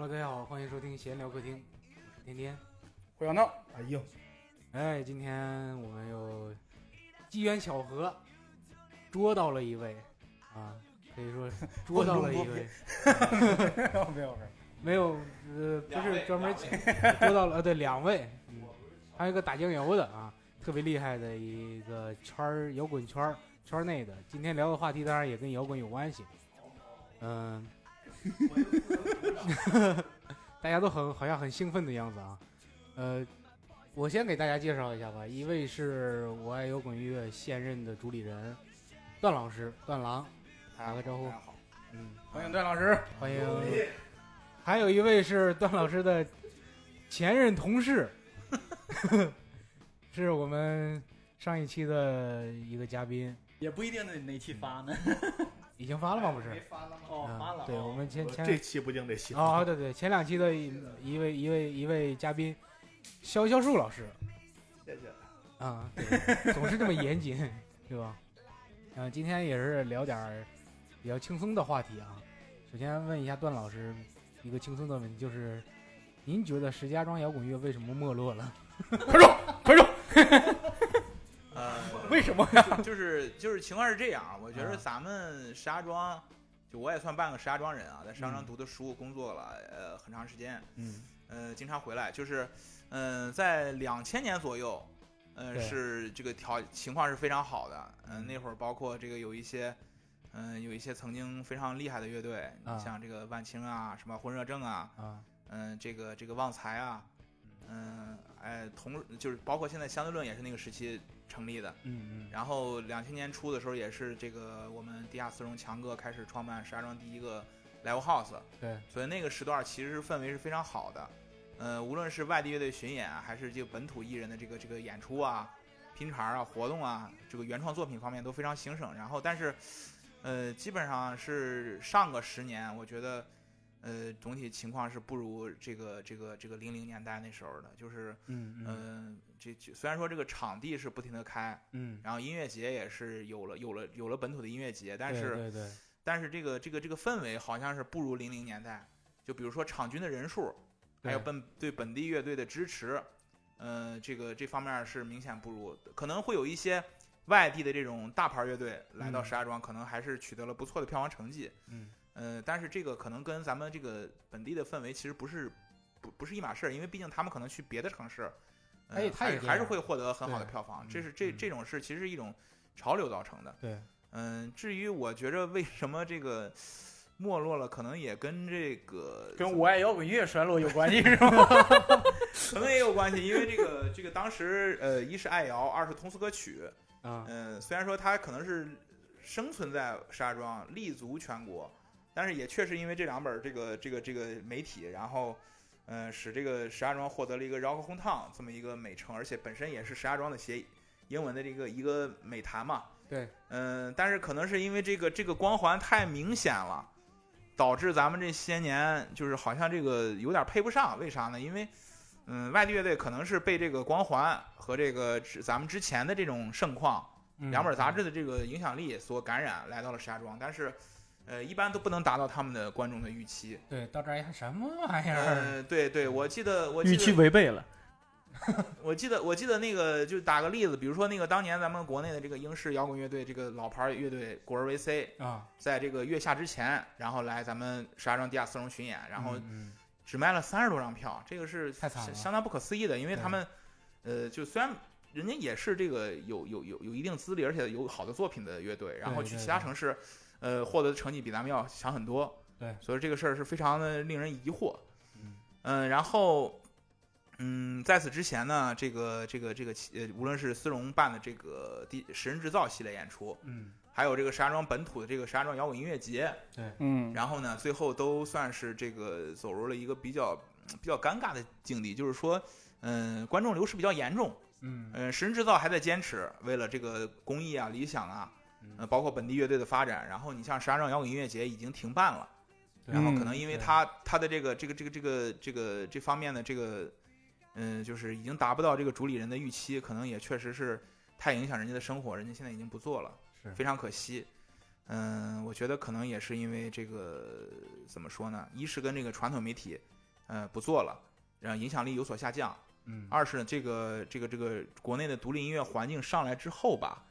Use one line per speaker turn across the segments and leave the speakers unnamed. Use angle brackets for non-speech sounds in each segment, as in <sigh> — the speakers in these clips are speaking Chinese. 迎收听闲聊客厅，我是天天。
胡小闹，
哎呦，
哎，今天我们又机缘巧合捉到了一位啊，可以说捉到了一
瓮中捉
位，
没有 <laughs> 没有没有，
没有呃，不是专门请 <laughs> 捉到了啊，对，两位，嗯还有一个打酱油的啊，特别厉害的一个圈儿摇滚圈儿圈儿内的。今天聊的话题当然也跟摇滚有关系，嗯、 <laughs> 大家都很好像很兴奋的样子啊。呃，我先给大家介绍一下吧，一位是我爱摇滚乐现任的主理人段老师，段郎，打个招呼
大家好，
嗯，
欢迎段老师，
欢迎。还有一位是段老师的前任同事， <laughs> 是我们上一期的一个嘉宾，
也不一定得哪期发呢。
已经发了吗？不是，
发了吗？
哦，发了。
嗯对我们前
呃
前
这期不定这期
哦，对对，前两期的一一位一位一位嘉宾，肖肖树老师
谢谢。
啊、对总是这么严谨，对吧？嗯、今天也是聊点儿比较轻松的话题啊。首先问一下段老师一个轻松的问题，就是您觉得石家庄摇滚乐为什么没落了？ <laughs>
呃，
为什么？
就就是就是情况是这样啊，我觉得
啊
咱们石家庄，就我也算半个石家庄人啊，在石家庄
嗯
读的书、工作了呃很长时间，
嗯，
呃经常回来，就是嗯、呃在两千年左右，呃
对
是这个条情况是非常好的，嗯、
嗯
那会儿包括这个有一些。嗯，有一些曾经非常厉害的乐队，你
啊
像这个万青啊，什么混热症啊，
啊，
嗯，这个这个旺财啊，嗯，哎，同就是包括现在相对论也是那个时期成立的，
嗯
然后两千年初的时候，也是这个我们地下丝绒强哥开始创办石家庄第一个 live house，
嗯，对，
所以那个时段其实是氛围是非常好的。呃，无论是外地乐队巡演啊，还是这个本土艺人的这个这个演出啊、拼盘啊、活动啊，这个原创作品方面都非常兴盛。然后，但是，呃，基本上是上个十年，我觉得，呃，总体情况是不如这个这个这个零零年代那时候的。就是，
嗯嗯
嗯、这这虽然说这个场地是不停的开，
嗯，
然后音乐节也是有了有了有了本土的音乐节，但是
对对对，
但是这个这个这个氛围好像是不如零零年代，就比如说场均的人数，还有
对
本对本地乐队的支持，呃，这个这方面是明显不如，可能会有一些外地的这种大牌乐队来到
嗯
石家庄，可能还是取得了不错的票房成绩，
嗯
呃，但是这个可能跟咱们这个本地的氛围其实不是不不是一码事儿，因为毕竟他们可能去别的城市，呃
哎他
还
也
是
这
还是
样
会获得很好的
对
票房，
嗯
这是这
嗯
这种事其实是一种潮流造成的。
对，
嗯，至于我觉着为什么这个 <laughs> 没落了，可能也跟这个
跟我爱摇滚乐衰落有关
<laughs>
系是吗？
可能也有关系，因为这个这个当时呃，一是爱摇，二是通俗歌曲，
啊
嗯，虽然说它可能是生存在石家庄，立足全国，但是也确实因为这两本儿这个这个这个媒体，然后，嗯，使这个石家庄获得了一个 “rock hometown” 这么一个美称，而且本身也是石家庄的谐英文的这个一个美谈嘛。
对。
嗯，但是可能是因为这个这个光环太明显了，导致咱们这些年就是好像这个有点配不上。为啥呢？因为嗯，外地乐队可能是被这个光环和这个之咱们之前的这种盛况。
嗯
两本杂志的这个影响力所感染，来到了石家庄，但是，呃，一般都不能达到他们的观众的预期。
对，到这儿一看什么玩意儿？
呃，对对，我记得，我
嗯预
记
期
得，
违背了，
我记得，我记得那个，就打个例子，比如说那个当年咱们国内的这个英式摇滚乐队，这个老牌乐队果儿维 C，
啊，
在这个月下之前，然后来咱们石家庄地下丝绒巡演，然后
嗯嗯
只卖了三十多张票，这个是
太惨了
相相当不可思议的，因为
对
他们，呃，就虽然人家也是这个有有有有一定资历，而且有好的作品的乐队，然后
对
去
对
其他
对
城市，呃，获得的成绩比咱们要强很多，
对
所以这个事儿是非常的令人疑惑，
嗯
嗯，然后。嗯，在此之前呢，这个这个这个呃，无论是丝绒办的这个第十人制造系列演出，
嗯，
还有这个石家庄本土的这个石家庄摇滚音乐节，
嗯，
然后呢，最后都算是这个走入了一个比较嗯比较尴尬的境地，就是说，嗯、观众流失比较严重，
嗯
嗯、神制造还在坚持，为了这个公益啊、理想啊，
嗯
呃，包括本地乐队的发展，然后你像石家庄摇滚音乐节已经停办了，
对
然后可能因为
嗯对
他他的这个这个这个这个这个这方面的这个，嗯、就是已经达不到这个主理人的预期，可能也确实是太影响人家的生活，人家现在已经不做了。
是
非常可惜。嗯，我觉得可能也是因为这个怎么说呢？一是跟这个传统媒体呃不做了，然后影响力有所下降。
嗯
二是呢，这个这个这个国内的独立音乐环境上来之后吧，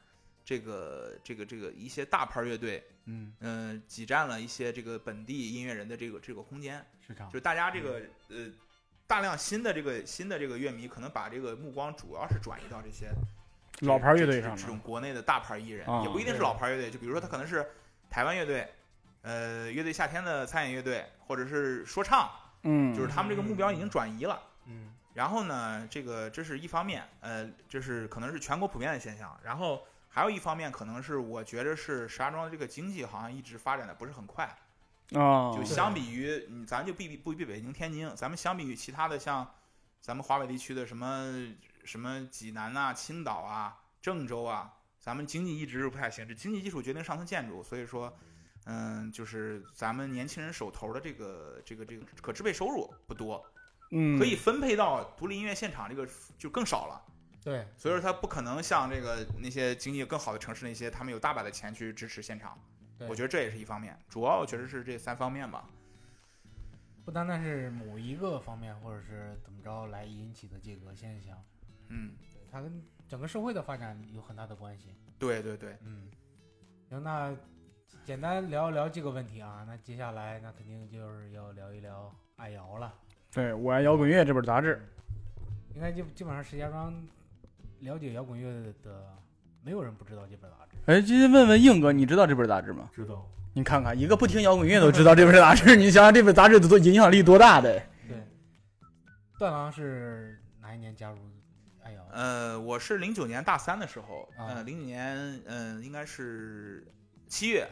这个这个这个一些大牌乐队，
嗯，
嗯、挤占了一些这个本地音乐人的这个这个空间，
市场
就是大家这个
嗯
呃大量新的这个新的这个乐迷，可能把这个目光主要是转移到这些这
老牌乐队
这
上
这
面
种国内的大牌艺人，
啊
也不一定是老牌乐队，就比如说他可能是台湾乐队，呃，乐队夏天的参演乐队，或者是说唱，
嗯，
就是他们这个目标已经转移了。
嗯
然后呢，这个这是一方面，呃，这是可能是全国普遍的现象。然后还有一方面，可能是我觉着是石家庄的这个经济好像一直发展的不是很快，
啊，
就相比于嗯咱就避避不避北京、天津，咱们相比于其他的像咱们华北地区的什么什么济南呐、青岛啊、郑州啊，咱们经济一直是不太行，这经济基础决定上层建筑，所以说。嗯，就是咱们年轻人手头的这个这个这个可支配收入不多，
嗯
可以分配到独立音乐现场这个就更少了，
对，
所以说它不可能像这个那些经济更好的城市那些，他们有大把的钱去支持现场
对。
我觉得这也是一方面，主要我觉得是这三方面吧。
不单单是某一个方面或者是怎么着来引起的这个现象，
嗯，
它跟整个社会的发展有很大的关系。
对对对，
嗯，行，那简单聊一聊这个问题啊。那接下来那肯定就是要聊一聊爱瑶了。
对《我爱摇滚乐》这本杂志，
应该就基本上石家庄了解摇滚乐的，没有人不知道这本杂志。
哎，今天问问硬哥，你知道这本杂志吗？
知道。
你看看，一个不听摇滚乐都知道这本杂志， <laughs> 你想想这本杂志的多影响力多大的？
对，段郎是哪一年加入爱瑶？
呃，我是零九年大三的时候，
啊
呃，零九年，嗯、应该是七月，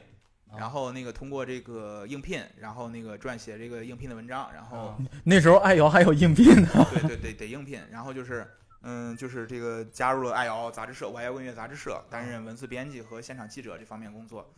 啊
然后那个通过这个应聘，然后那个撰写这个应聘的文章，然后
啊
那时候爱摇还有硬币呢。
对对对，得应聘。然后就是，嗯，就是这个加入了爱摇杂志社，我爱摇滚乐杂志社，担任文字编辑和现场记者这方面工作。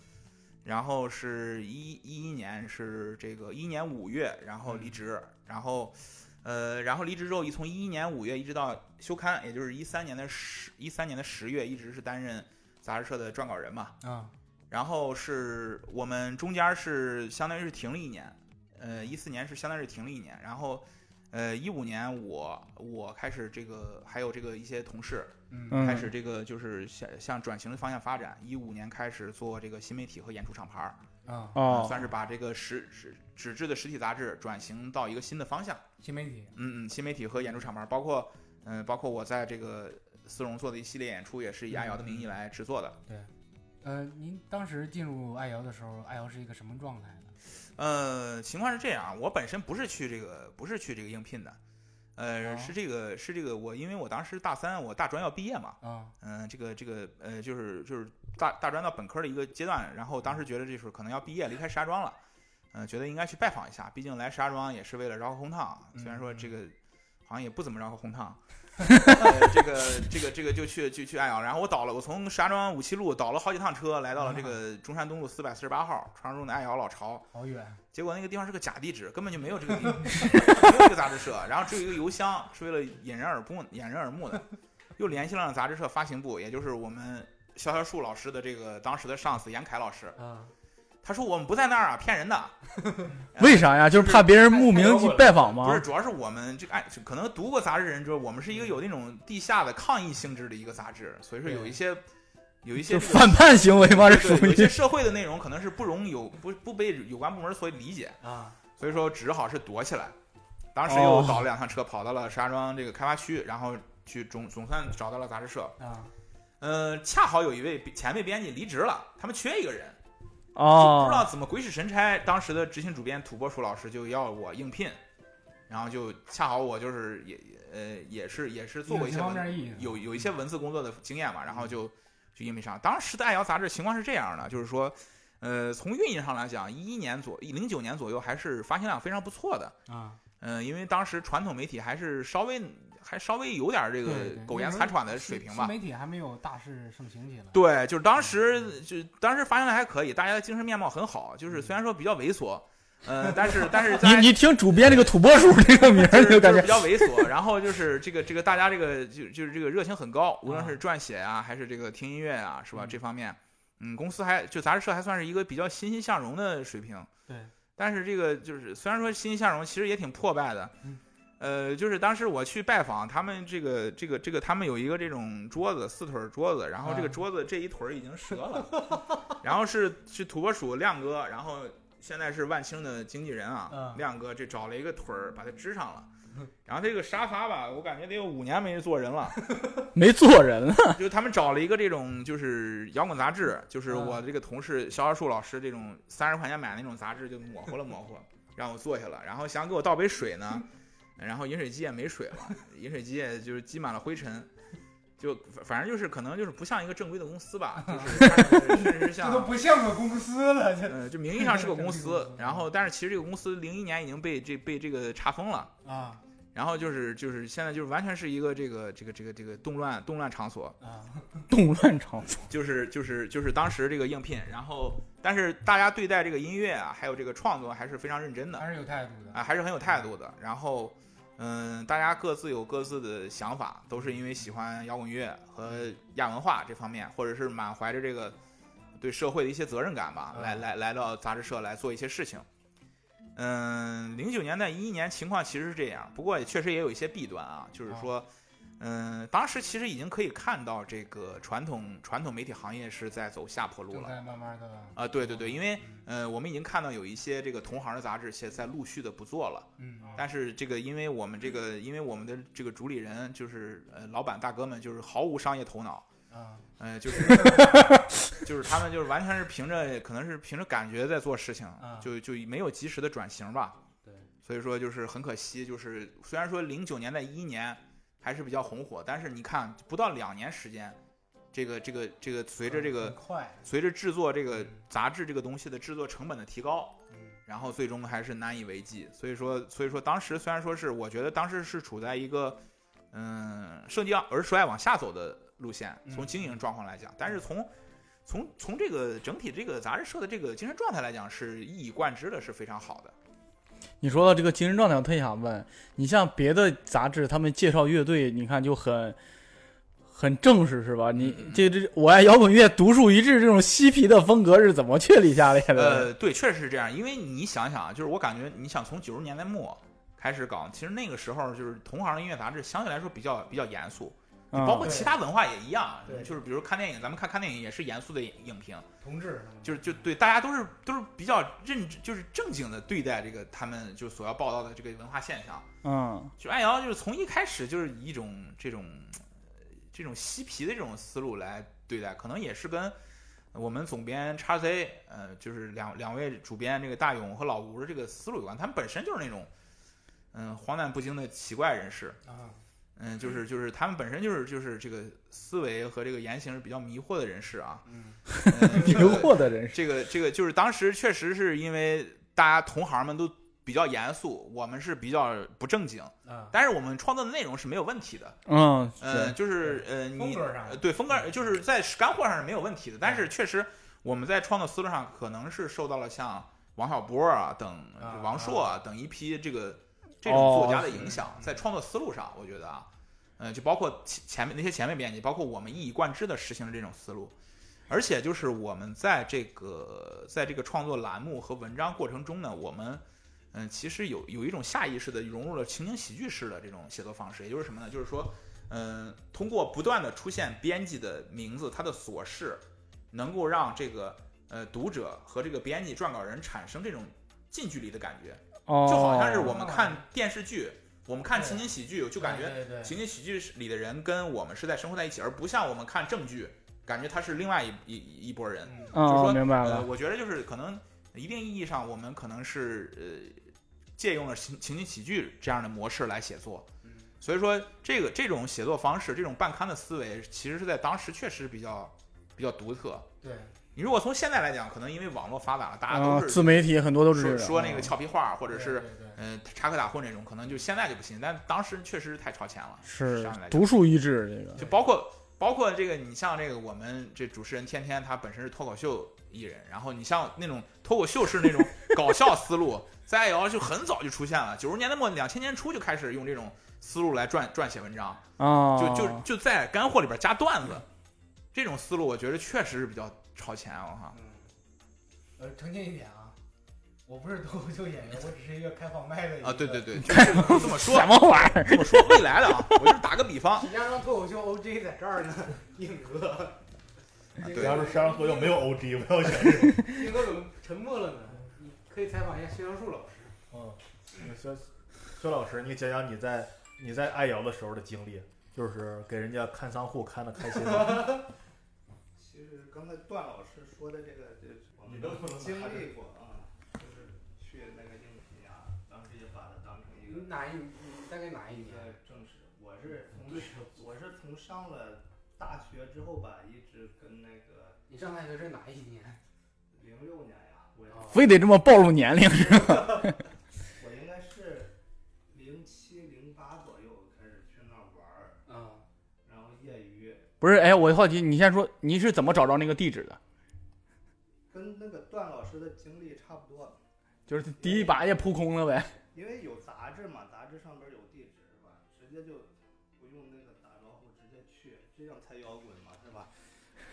然后是一一一年是这个一年五月，然后离职，然后，呃，然后离职之后，一从一一年五月一直到休刊，也就是一三年的十一三年的十月，一直是担任杂志社的撰稿人嘛。
啊，
然后是我们中间是相当于是停了一年，呃，一四年是相当于是停了一年，然后，呃，一五年我我开始这个还有这个一些同事
嗯
嗯
开始这个就是向向转型的方向发展，一五年开始做这个新媒体和演出厂牌儿，
啊，
呃
哦，
算是把这个实纸纸质的实体杂志转型到一个新的方向，
新媒体
嗯嗯，新媒体和演出厂牌儿，包括嗯、包括我在这个丝绒做的一系列演出也是以爱瑶的名义来制作的，
呃，您当时进入爱瑶的时候，爱瑶是一个什么状态呢？
呃，情况是这样，我本身不是去这个，不是去这个应聘的，呃，
哦
是这个是这个我，因为我当时大三，我大专要毕业嘛，
啊，
嗯、这个这个呃，就是就是大大专到本科的一个阶段，然后当时觉得这时候可能要毕业，离开石家庄了，嗯、觉得应该去拜访一下，毕竟来石家庄也是为了绕口红烫，虽然说这个好像也不怎么绕口红烫。呃、这个这个这个就去就去爱瑶，然后我倒了，我从石家庄五七路倒了好几趟车，来到
嗯
了这个中山东路四百四十八号，传说中的爱瑶老巢。
好远，
结果那个地方是个假地址，根本就 <laughs> 没有这个地，没有这个杂志社，然后只有一个邮箱，是为了引人耳目，引人耳目的。又联系上了杂志社发行部，也就是我们萧萧树老师的这个当时的上司严凯老师，
啊，
他说我们不在那儿啊，骗人的。啊
为啥呀？就是怕别人慕名去拜访
不
吗？
是，主要是我们这个哎，就可能读过杂志的人知道，我们是一
嗯
个有那种地下的抗议性质的一个杂志，所以说有一些有一些
就
这个
反叛行为吗？这
对
属
对有一些
于
社会的内容可能是不容有不不被有关部门所理解
啊，
所以说只好是躲起来。当时
哦
又倒了两趟车，跑到了石家庄这个开发区，然后去总总算找到了杂志社。
啊，
呃，恰好有一位前辈编辑离职了，他们缺一个人，就不知
哦
道怎么鬼使神差，当时的执行主编土拨鼠老师就要我应聘，然后就恰好我就是也也呃也是也是做过一些
方
文
面意义
有有一些文字工作的经验嘛，然后就就应聘上。当时的《爱瑶》杂志情况是这样的，就是说，呃，从运营上来讲，一一年左零九年左右还是发行量非常不错的，
啊，
嗯、因为当时传统媒体还是稍微还稍微有点这个
对对
苟延残喘的呃水平吧
新。媒体还没有大势盛行起来，
对，就是当时就当时发行量还可以，大家的精神面貌很好，就是虽然说比较猥琐，呃，但是但是
你
在
你听主编这个土拨鼠这个名
就
儿，
是
就感
就
觉
是比较猥琐，然后就是这个这个大家这个就就是这个热情很高，无论是撰写啊，还是这个听音乐啊，是吧？
嗯
这方面，嗯，公司还就杂志社还算是一个比较欣欣向荣的水平。
对，
但是这个就是虽然说欣向荣其实也挺破败的
嗯，
呃，就是当时我去拜访他们这个这个这个他们有一个这种桌子四腿儿桌子，然后这个
啊
桌子这一腿儿已经折了，然后是是土拨鼠亮哥，然后现在是万青的经纪人啊，
嗯
亮哥这找了一个腿儿把它支上了。然后这个沙发吧，我感觉得有五年没坐人了。 <laughs>
没做人了， <laughs>
就他们找了一个这种就是摇滚杂志，就是
嗯
我这个同事肖小树老师这种三十块钱买的那种杂志，就模糊了模糊，让我坐下了，然后想给我倒杯水呢， <laughs> 然后饮水机也没水了，饮水机也就是积满了灰尘。就反反正就是可能就是不像一个正规的公司吧，就是看上去甚至是
这都
像，
不像个公司了，这
呃，就名义上是个
正规
公
公
司
司，
然后但是其实这个公司零一年已经被这被这个查封了，
啊
然后就是就是现在就是完全是一个这个这个这个这个动乱动乱场所，
啊，
动乱场所。
就是就是就是当时这个应聘，然后但是大家对待这个音乐啊，还有这个创作还是非常认真的
还是有态度的。
啊，还是很有态度的。然后，嗯，大家各自有各自的想法，都是因为喜欢摇滚乐和亚文化这方面，或者是满怀着这个对社会的一些责任感吧，
嗯
来来来到杂志社来做一些事情。嗯，零九年到一一年情况其实是这样，不过也确实也有一些弊端啊，就是说，嗯，当时其实已经可以看到这个传统传统媒体行业是在走下坡路
正
了。
在慢慢的
啊，对对对，因为
嗯
呃，我们已经看到有一些这个同行的杂志现在陆续的不做了，
嗯，
但是这个，因为我们这个，因为我们的这个主理人就是呃，老板大哥们就是毫无商业头脑，
啊
呃，就是
<laughs>
就是他们就是完全是凭着可能是凭着感觉在做事情
啊，
就就没有及时的转型吧。
对，
所以说就是很可惜，就是虽然说零九年的一年还是比较红火，但是你看不到两年时间，这个这个这个随着这
嗯很嗯
个
快，
随着制作这个杂志这个东西的制作成本的提高，
嗯
然后最终还是难以为继。所以说，所以说当时虽然说是，我觉得当时是处在一个，嗯，盛极而衰往下走的路线，
嗯
从经营状况来讲，但是从从从这个整体这个杂志社的这个精神状态来讲，是一以贯之的，是非常好的。
你说到这个精神状态，我特别想问你，像别的杂志，他们介绍乐队，你看就很很正式，是吧？你
嗯嗯
这这我爱摇滚乐独树一帜这种嬉皮的风格是怎么确立下来的？
呃，对，确实是这样，因为你想想啊，就是我感觉你想从九十年代末开始搞，其实那个时候就是同行音乐杂志相对来说比较比较严肃，
嗯
呃包括
对
其他文化也一样，啊
对
就是比如看电影，咱们看看电影也是严肃的影影评。
同志
就是就对大家都是都是比较认真，就是正经的对待这个他们就所要报道的这个文化现象。 <laughs>
嗯，
就爱瑶就是从一开始就是以一种这种呃这种嬉皮的这种思路来对待，可能也是跟我们总编 x Z 呃就是两两位主编这个大勇和老吴的这个思路有关，他们本身就是那种嗯、荒诞不经的奇怪人士。
啊，
嗯，就是就是他们本身就是就是这个思维和这个言行是比较迷惑的人士
<laughs>
啊，
嗯
呃
迷惑的人是，
这个这个就是当时确实是因为大家同行们都比较严肃，我们是比较不正经，
啊，
但是我们创作的内容是没有问题的。
嗯，
呃，
是
就是呃，
风
你
格上
呃对风格就是在干货上是没有问题的，但是确实我们在创作思路上可能是受到了像王小波啊等
啊
王朔啊等一批这个这种作家的影响，
是
在创作思路上，我觉得啊，呃，就包括前前面那些前辈编辑，包括我们一以贯之的实行了这种思路。而且就是我们在这个在这个创作栏目和文章过程中呢，我们嗯，其实有有一种下意识的融入了情景喜剧式的这种写作方式，也就是什么呢？就是说，嗯，通过不断的出现编辑的名字，他的琐事，能够让这个呃读者和这个编辑撰稿人产生这种近距离的感觉，
哦，
就好像是我们看电视剧，我们看情景喜剧，就感觉
哦对对
情景喜剧里的人跟我们是在生活在一起，而不像我们看正剧，感觉他是另外一一一拨人。
嗯
就是
哦，
说
明白
呃，
了，
我觉得就是可能一定意义上，我们可能是呃借用了情情景喜剧这样的模式来写作，
嗯
所以说这个这种写作方式，这种办刊的思维，其实是在当时确实比较比较独特。
对，
你如果从现在来讲，可能因为网络发达了，大家
啊，
都是
自媒体很多都是这
说
样
说
嗯
那个俏皮话，或者
对
是
对对
嗯插科打诨这种，可能就现在就不行，但当时确实是太超前了。
是
上来就
独树一帜，这个
就包括包括这个，你像这个我们这主持人天天他本身是脱口秀艺人，然后你像那种脱口秀
<laughs>
是那种搞笑思路，在瑶就很早就出现了，九十年代末两千年初就开始用这种思路来撰撰写文章，
啊，
就就就在干货里边加段子，这种思路我觉得确实是比较超前啊哈。
嗯，呃，澄清一点啊，我不是脱口秀演员，我只是一个开放麦的一个
啊，对对，对，就是这么说
什，么玩意儿？
这么说未来的啊，我就是打个比方，
石家庄脱口秀 OJ 在这儿呢，硬哥，硬
对
哥
然后石家庄左右没有 OG，不要选这个。
硬哥怎么沉默了呢？你可以采访一下薛小树老师。
嗯，肖肖老师，你讲讲你在你在爱瑶的时候的经历，就是给人家看丧户看的开心吗？
<laughs> 其实刚才段老师说的这个，就是我
你
们
都
都
不能
经历过啊，就是去那个应聘啊，当时就把它当成一个
哪一？你大概哪一
一
年？
个正式。我是从我是从上了大学之后吧，一直跟那个
你上大学是哪一年？
零六年呀，我
哦
非得这么暴露年龄？ <laughs>
我应该是零七零八左右开始去那儿玩儿，
嗯，
然后业余
不是，哎，我好奇，你先说你是怎么找着那个地址的？
跟那个段老师的经历差不多，
就是第一把也扑空了呗。
因为有杂志嘛，杂志上边有地址是吧？直接就不用那个打招呼，直接去，这样才摇滚嘛是吧？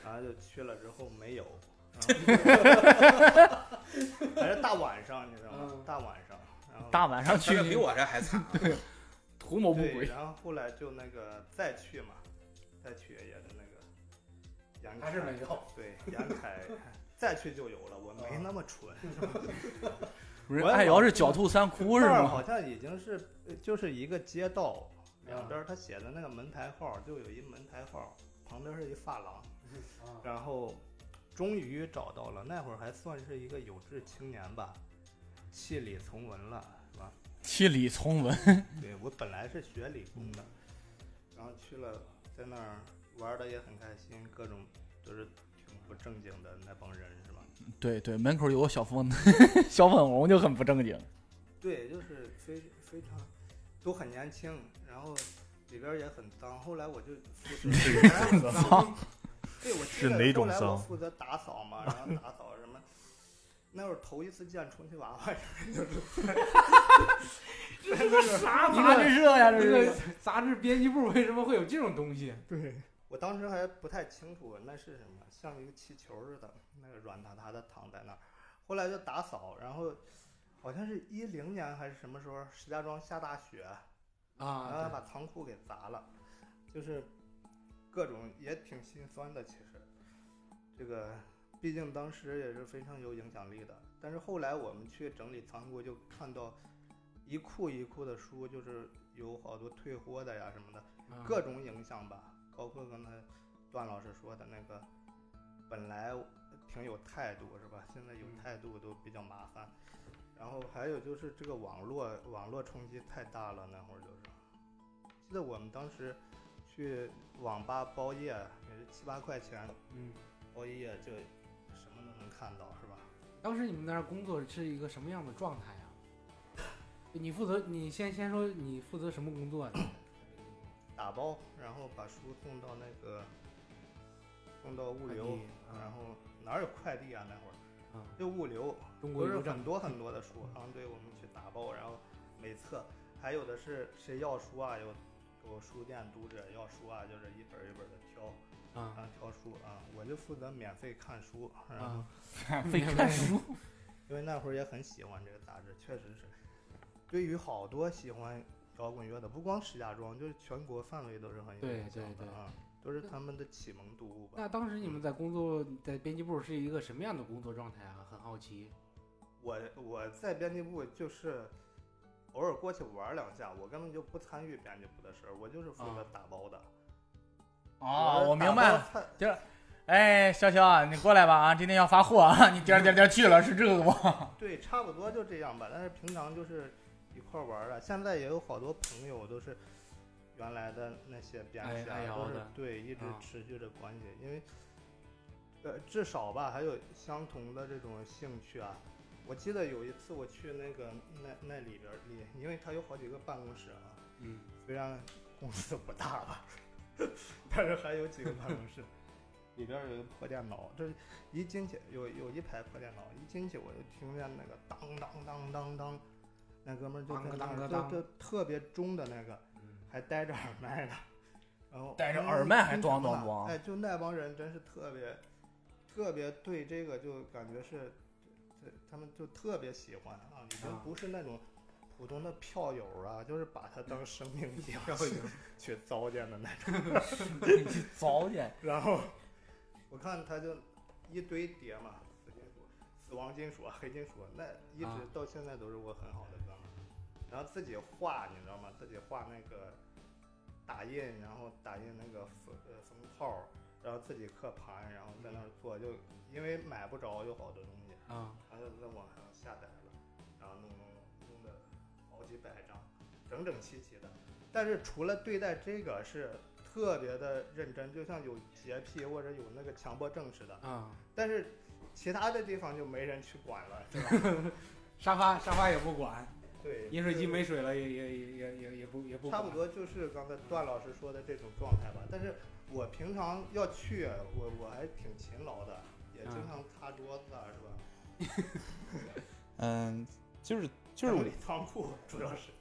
然后就去了之后没有， <laughs> 反正大晚上你知道吗
嗯？
大晚上，然后
大晚上 <laughs> 去
这比我这还惨啊，
图谋不
对，
轨，
然后后来就那个再去嘛，再去也是那个杨
还是
凯
没有。嗯
对杨凯 <laughs> 再去就有了，我没那么
<laughs>
蠢。
不是
我也
爱瑶是狡兔三窟是
那儿
吗？
好像已经是呃就是一个街道，两
嗯
边儿他写的那个门牌号，就有一门牌号，旁边是一发廊，
啊，
然后终于找到了，那会儿还算是一个有志青年吧，弃理从文了，是吧？
七里从文，
对我本来是学理工的，然后去了，在那儿玩的也很开心，各种就是挺不正经的那帮人，是吧？
对对，门口有个小粉 <laughs> 小粉红就很不正经。 <laughs>
对，就是非非常都很年轻，然后里边儿也很脏。后来我就负责，
操，
对我记
是
得
哪
后
种
来我
脏
负责打扫嘛，然后打扫什么。那会儿头一次见充气娃娃， <laughs> 就是真的是
啥
妈这这呀，这
这个
是
杂志编辑部为什么会有这种东西？
对，我当时还不太清楚那是什么，像一个气球似的，那个软塌塌的躺在那儿。后来就打扫，然后好像是一零年还是什么时候，石家庄下大雪，然后还
啊，
把仓库给砸了，就是各种也挺心酸的。其实这个毕竟当时也是非常有影响力的，但是后来我们去整理仓库，就看到一库一库的书，就是有好多退货的呀什么的。
嗯
各种影响吧，包括刚才段老师说的那个，本来挺有态度是吧？现在有
嗯
态度都比较麻烦。然后还有就是这个网络网络冲击太大了，那会儿就是，记得我们当时去网吧包夜也是七八块钱
嗯，
包一夜就什么都能看到是吧？
当时你们那儿工作是一个什么样的状态啊？你负责，你先先说你负责什么工 <coughs> 作呢？啊
打包，然后把书送到那个送到物
快
流
递，啊
然后哪有快递啊那会儿？
啊，
就物流，
中国
都是
邮政
很多很多的书，然后对我们去打包，然后每册，还有的是谁要书啊，有有书店读者要书啊，就是一本儿一本的挑，
啊
然后挑书啊，我就负责免费看书，然后、
啊，
费看书。
因为那会儿也很喜欢这个杂志，确实是，对于好多喜欢摇滚乐的，不光石家庄，就是全国范围都是很有
对
影响
对
的
对
啊，都是他们的启蒙读物吧。
那当时你们在工作在编辑部是一个什么样的工作状态啊？很好奇。
我我在编辑部就是偶尔过去玩两下，我根本就不参与编辑部的事儿，我就是负责
啊
打包的。
哦，
是
我明白
打
了。
包菜。
哎，潇潇，你过来吧啊！今天要发货啊！你颠儿颠儿颠儿去了，是这个 <laughs> 不？
对，差不多就这样吧。但是平常就是一块儿玩儿的，现在也有好多朋友都是原来的那些编辑
哎哎
啊，
呦
都是
的
对一直
啊
持续着关系，因为呃至少吧，还有相同的这种兴趣啊。我记得有一次我去那个那那里边儿里，因为它有好几个办公室啊，
嗯，
虽然公司不大吧， <laughs> 但是还有几个办公室，里边儿有一个破电脑，这一进去有有一排破电脑，一进去我就听见那个当当当当当，那哥们儿就在那
当个
儿
当个当
就就特别中的那个，
嗯
还戴着耳麦的，然后
戴着
嗯
耳麦还
听
咣
什么
咣
呢
咣
哎，就那帮人真是特别特别对这个就感觉是。
对他们就特别喜欢啊，已经
啊
不是那种普通的票友啊，就是把它当生命一样去去糟践的那种。
早点
然后我看他就一堆碟嘛，死金属、死亡金属、啊 <laughs> 黑金属，那一
啊
直到现在都是我很好的哥们儿。然后自己画，你知道吗？自己画那个打印，然后打印那个封呃封套，然后自己刻盘，然后在那儿做，就因为买不着有好多东西。
啊
然后就在网上下载了，然后弄弄弄弄的好几百张，整整齐齐的。但是除了对待这个是特别的认真，就像有洁癖或者有那个强迫症似的。
啊，
但是其他的地方就没人去管了，是吧？ <laughs>
沙发沙发也不管，
对，
饮水机
就是
没水了也也也也也也不也不
差
管
不多就是刚才段老师说的这种状态吧。但是我平常要去，我我还挺勤劳的，也经
嗯
常擦桌子啊，是吧？
嗯，就是就是
整
我
理 <laughs> 仓库主要是。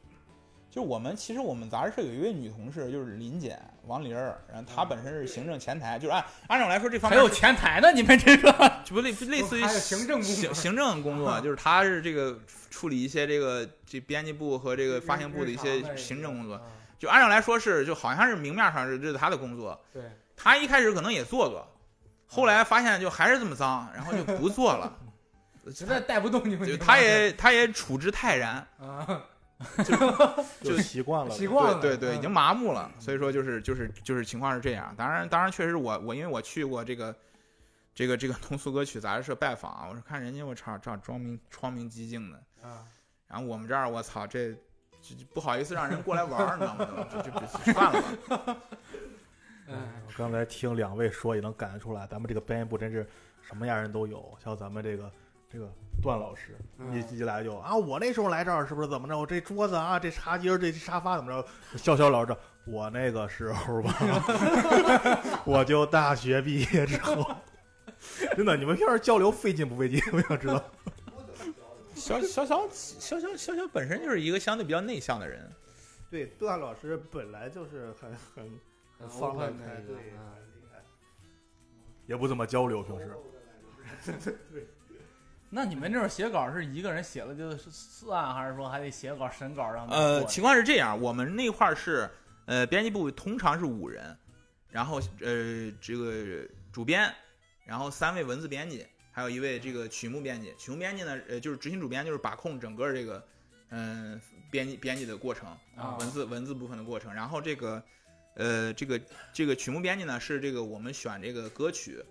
就是我们其实我们杂志社有一位女同事，就是林姐王玲儿，然后
嗯
她本身是行政前台，就是按按照来说这方
还
面
有前台呢，你们这个 <laughs>
就不类不类似于
还有行政工
行
作啊
行政工作，就是她是这个处理一些这个这编辑部和这个发行部的一
日常
些
的
行政工作，
啊
就按照来说是就好像是明面上是这是她的工作，
对，
她一开始可能也做过，后来发现就还是这么脏，然后就不做了，
<laughs> 实在带不动你们这帮
就
人，
她也她也处之泰然，
啊
就
就习惯了，
习惯了，
对对
嗯
对，已经麻木了。所以说就是就是就是情况是这样。当然当然，确实我我因为我去过这个这个这个通俗歌曲杂志社拜访，啊我是看人家我操这样窗明窗明几净的，
啊
然后我们这儿我操这。这这不好意思让人过来玩儿，你知道吗？就就就算了吧。
嗯
我刚才听两位说，也能感觉出来，咱们这个编辑部真是什么样人都有。像咱们这个这个段老师，
嗯
一一来就啊，我那时候来这儿是不是怎么着？我这桌子啊，这茶几儿，这沙发怎么着？笑笑老师这，我那个时候吧， <laughs> 我就大学毕业之后， <laughs> 真的，你们平时交流费劲不费劲？我想知道。
小小小小小小小本身就是一个相对比较内向的人，
<laughs> 对，段老师本来就是很很
很
放得
open 的
开，
一个
对，
嗯
很厉害。
也不怎么交流，平时
那你们这种写稿是一个人写了就是算，还是说还得写稿审稿让他们
呃，
过
情况是这样，我们那块儿是，呃，编辑部通常是五人，然后呃，这个主编，然后三位文字编辑，还有一位这个曲目编辑。曲目编辑呢，呃，就是执行主编，就是把控整个这个，嗯、编辑编辑的过程，
啊
文字文字部分的过程。然后这个，呃，这个这个曲目编辑呢，是这个我们选这个歌曲，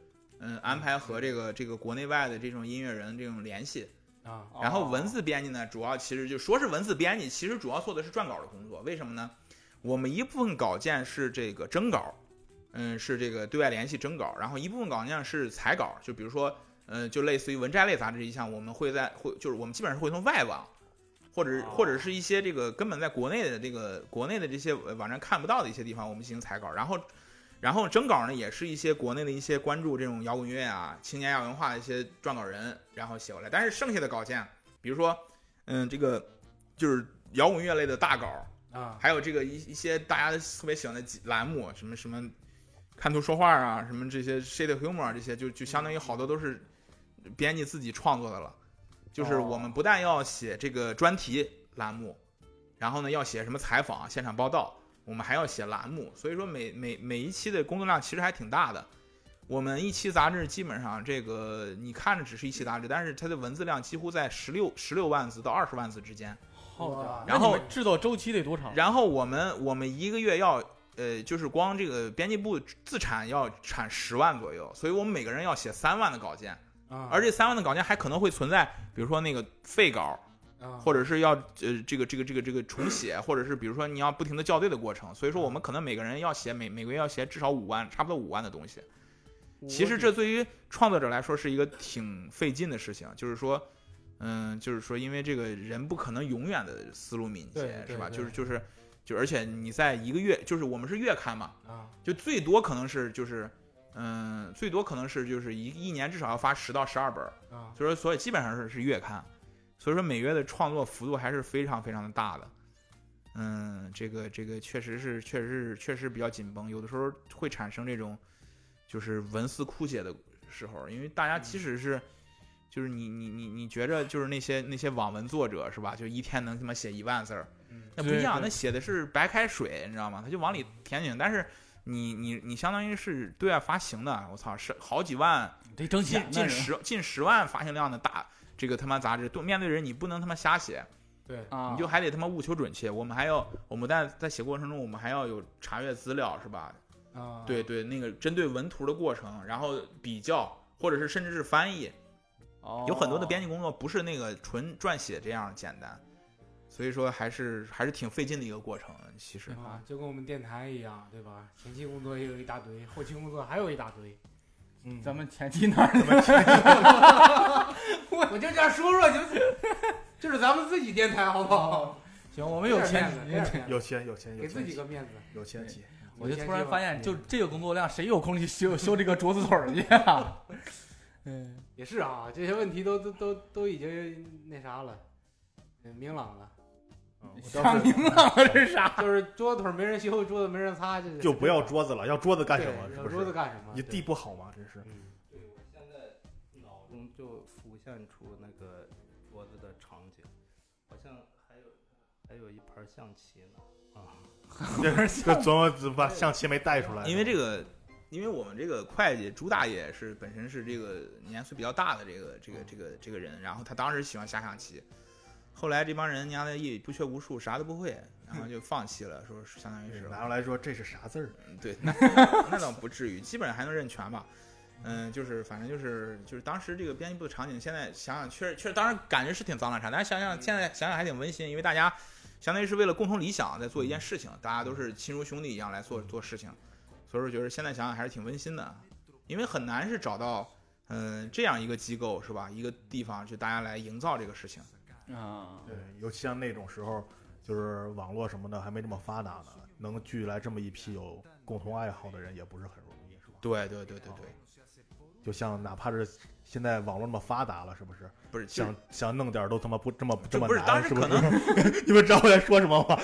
嗯、安排和这个这个国内外的这种音乐人这种联系。
啊
哦
然后文字编辑呢，主要其实就说是文字编辑，其实主要做的是撰稿的工作。为什么呢？我们一部分稿件是这个征稿，嗯，是这个对外联系征稿，然后一部分稿件是采稿，就比如说，嗯，就类似于文摘类杂志一项，我们会在会就是我们基本上会从外网，或者或者是一些这个根本在国内的这个国内的这些呃网站看不到的一些地方，我们进行采稿，然后。然后征稿呢，也是一些国内的一些关注这种摇滚乐啊、青年亚文化的一些撰稿人，然后写过来。但是剩下的稿件，比如说，嗯，这个就是摇滚乐类的大稿，
啊
还有这个一一些大家特别喜欢的几栏目，什么什么看图说话啊，什么这些 shade humor 啊这些，就就相当于好多都是编辑自己创作的了。就是我们不但要写这个专题栏目，然后呢要写什么采访、现场报道，我们还要写栏目，所以说每每每一期的工作量其实还挺大的。我们一期杂志基本上这个你看着只是一期杂志，但是它的文字量几乎在十六十六万字到二十万字之间。
哦好家伙，
然后
那你们制作周期得多长？
然后我们我们一个月要呃，就是光这个编辑部自产要产十万左右，所以我们每个人要写三万的稿件，
啊，
而这三万的稿件还可能会存在，比如说那个废稿，
啊
或者是要呃这个这个这个这个重写，或者是比如说你要不停的校对的过
啊
程，所以说我们可能每个人要写每每个月要写至少五万，差不多五万的东西。其实这对于创作者来说是一个挺费劲的事情，就是说，嗯，就是说，因为这个人不可能永远的思路敏
对
捷，
对
是吧？
对
就是就是就，而且你在一个月，就是我们是月刊嘛，
啊
就最多可能是就是，嗯，最多可能是就是一一年至少要发十到十二本儿，
啊
所以说所以基本上是是月刊，所以说每月的创作幅度还是非常非常的大的。嗯，这个这个确实是确实是确实比较紧绷，有的时候会
嗯
产生这种就是文思枯竭的时候，因为大家即使是就是你你你你觉着就是那些那些网文作者是吧？就一天能他妈写一万字儿，
嗯
那不一样，
对对
那写的是白开水，你知道吗？他就往里填进去，但是你你你相当于是对外发行的，啊我操，是好几万，
得挣
<laughs> 近
钱
近
呢。
十近十万发行量的大这个他妈杂志，对面对人你不能他妈瞎写，
对，
啊，
你就还得他妈务求准确。我们还要我们在在写过程中，我们还要有查阅资料是吧？
啊，
对对，那个针对文图的过程，然后比较。或者是甚至是翻译，
哦
有很多的编
辑。
辑工作不是那个纯撰写这样简单，所以说还是还是挺费劲的一个过程。其实，
嗯
啊，就跟我们电台一样，对吧？前期工作也有一大
<laughs>
堆，后期工作还有一大堆。
嗯咱们前期哪儿？
我我就这样说说，就是就是咱们自己电台，好不好？
行，我们有
点
前
面子，有点面子
有钱有钱有
给自己
钱，
个面子。
有钱起，
我
有
就
钱
突然
吧
发现，就
嗯
这个工作量，谁有空去修修这个桌子腿儿去啊？嗯，
也是啊，这些问题都都都都已经那啥了，嗯，明朗了，
嗯我
想
当时
明朗了是啥？
就是桌子腿儿没人修，桌子没人擦，这
就不要桌子了，要桌子干什么？
对
是
要
不
桌子
是？
干什么？
你
对
地不好吗？
<laughs>
真是。
嗯
对我现在脑中就浮现出那个桌子的场景，好像还有还有一盘象棋呢啊。
这这琢磨把象棋没带出来，
因为这个，因为我们这个会计朱大爷是本身是这个年岁比较大的这个
嗯
这个这个这个人，然后他当时喜欢下象棋，后来这帮人家的一不学无术，啥都不会，然
嗯
后就放弃了，说是相当于是
拿出来说这是啥字儿？
嗯对，那那倒不至于，基本上还能认全吧。嗯，就是反正就是就是当时这个编辑部的场景，现在想想确实确实当时感觉是挺脏乱差，但是想想现在想想还挺温馨，因为大家相当于是为了共同理想在做一件事情，大家都是亲如兄弟一样来做做事情，所以说觉得现在想想还是挺温馨的，因为很难是找到嗯这样一个机构是吧，一个地方就大家来营造这个事情。
啊，
对，嗯尤其像那种时候，就是网络什么的还没这么发达呢，能聚来这么一批有共同爱好的人也不是很容易，是吧？
对对对对对，
就像哪怕是现在网络那么发达了，是不是？
不是
想想弄点儿都他妈不这么这
就
么
不是当
难，
时
是不
可
是 <laughs>
能？
你们知道我在说什么吗？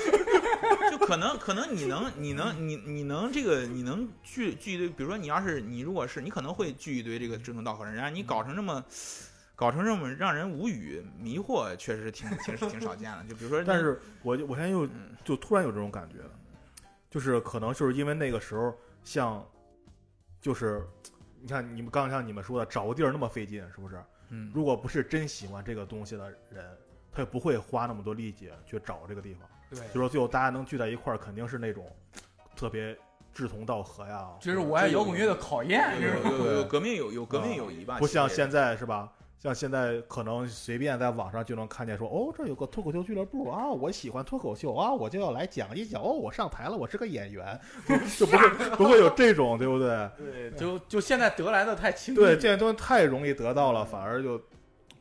就可能可能你能你能你你能这个你能聚聚一堆，比如说你要是你如果是你可能会聚一堆这个志同道合人，然后你搞成这么。搞成这么让人无语、迷惑，确实挺挺挺少见的。就比如说，
但是我就我现在又
嗯
就突然有这种感觉了，就是可能就是因为那个时候像，就是你看你们刚刚像你们说的找个地儿那么费劲，是不是？
嗯，
如果不是真喜欢这个东西的人，他也不会花那么多力气去找这个地方。
对
所以，说最后大家能聚在一块儿，肯定是那种特别志同道合呀。
这是我爱摇滚乐的考验，
有
这是
有有有革命友有革命友谊吧，
不像
啊其实
现在是吧？像现在可能随便在网上就能看见说，哦，这有个脱口秀俱乐部啊，我喜欢脱口秀啊，我就要来讲一讲。哦，我上台了，我是个演员， <laughs> 就不会不会有这种，对不对？
对，
就就现在得来的太轻易，
对，这些东西太容易得到了，反而就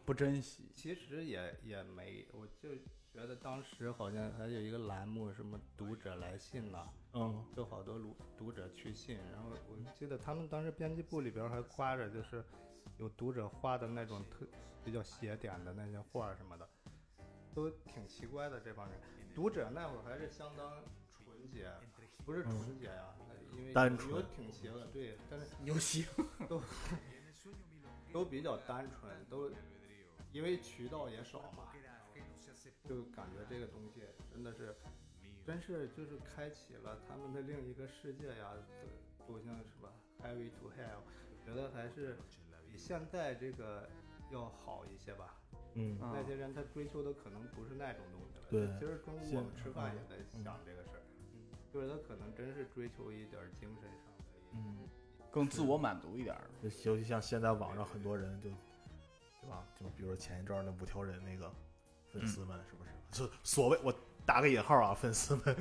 不珍惜。
其实也也没，我就觉得当时好像还有一个栏目，什么读者来信呐、
嗯，
就好多读读者去信，然后我记得他们当时编辑部里边还挂着，就是有读者画的那种特比较写点的那些画儿什么的，都挺奇怪的。这帮人，读者那会儿还是相当纯洁，不是纯洁啊，因为
嗯单
有
纯
有挺邪恶，对，但是
牛皮，
都比较单纯，都因为渠道也少嘛，就感觉这个东西真的是，真是就是开启了他们的另一个世界呀，走走向是吧？Heavy to Hell，觉得还是比现在这个要好一些吧。
嗯，
啊
那些人他追求的可能不是那种东西了。
对
其实中午
现
我们吃饭也在
嗯
想这个事儿，就是他可能真是追求一点儿精神上的一。
嗯，
更自我满足一点儿。
尤其尤其像现在网上很多人就，对吧？就比如前一阵儿那五条人那个粉丝们，是不是？就所谓我打个引号啊，粉丝们， <laughs>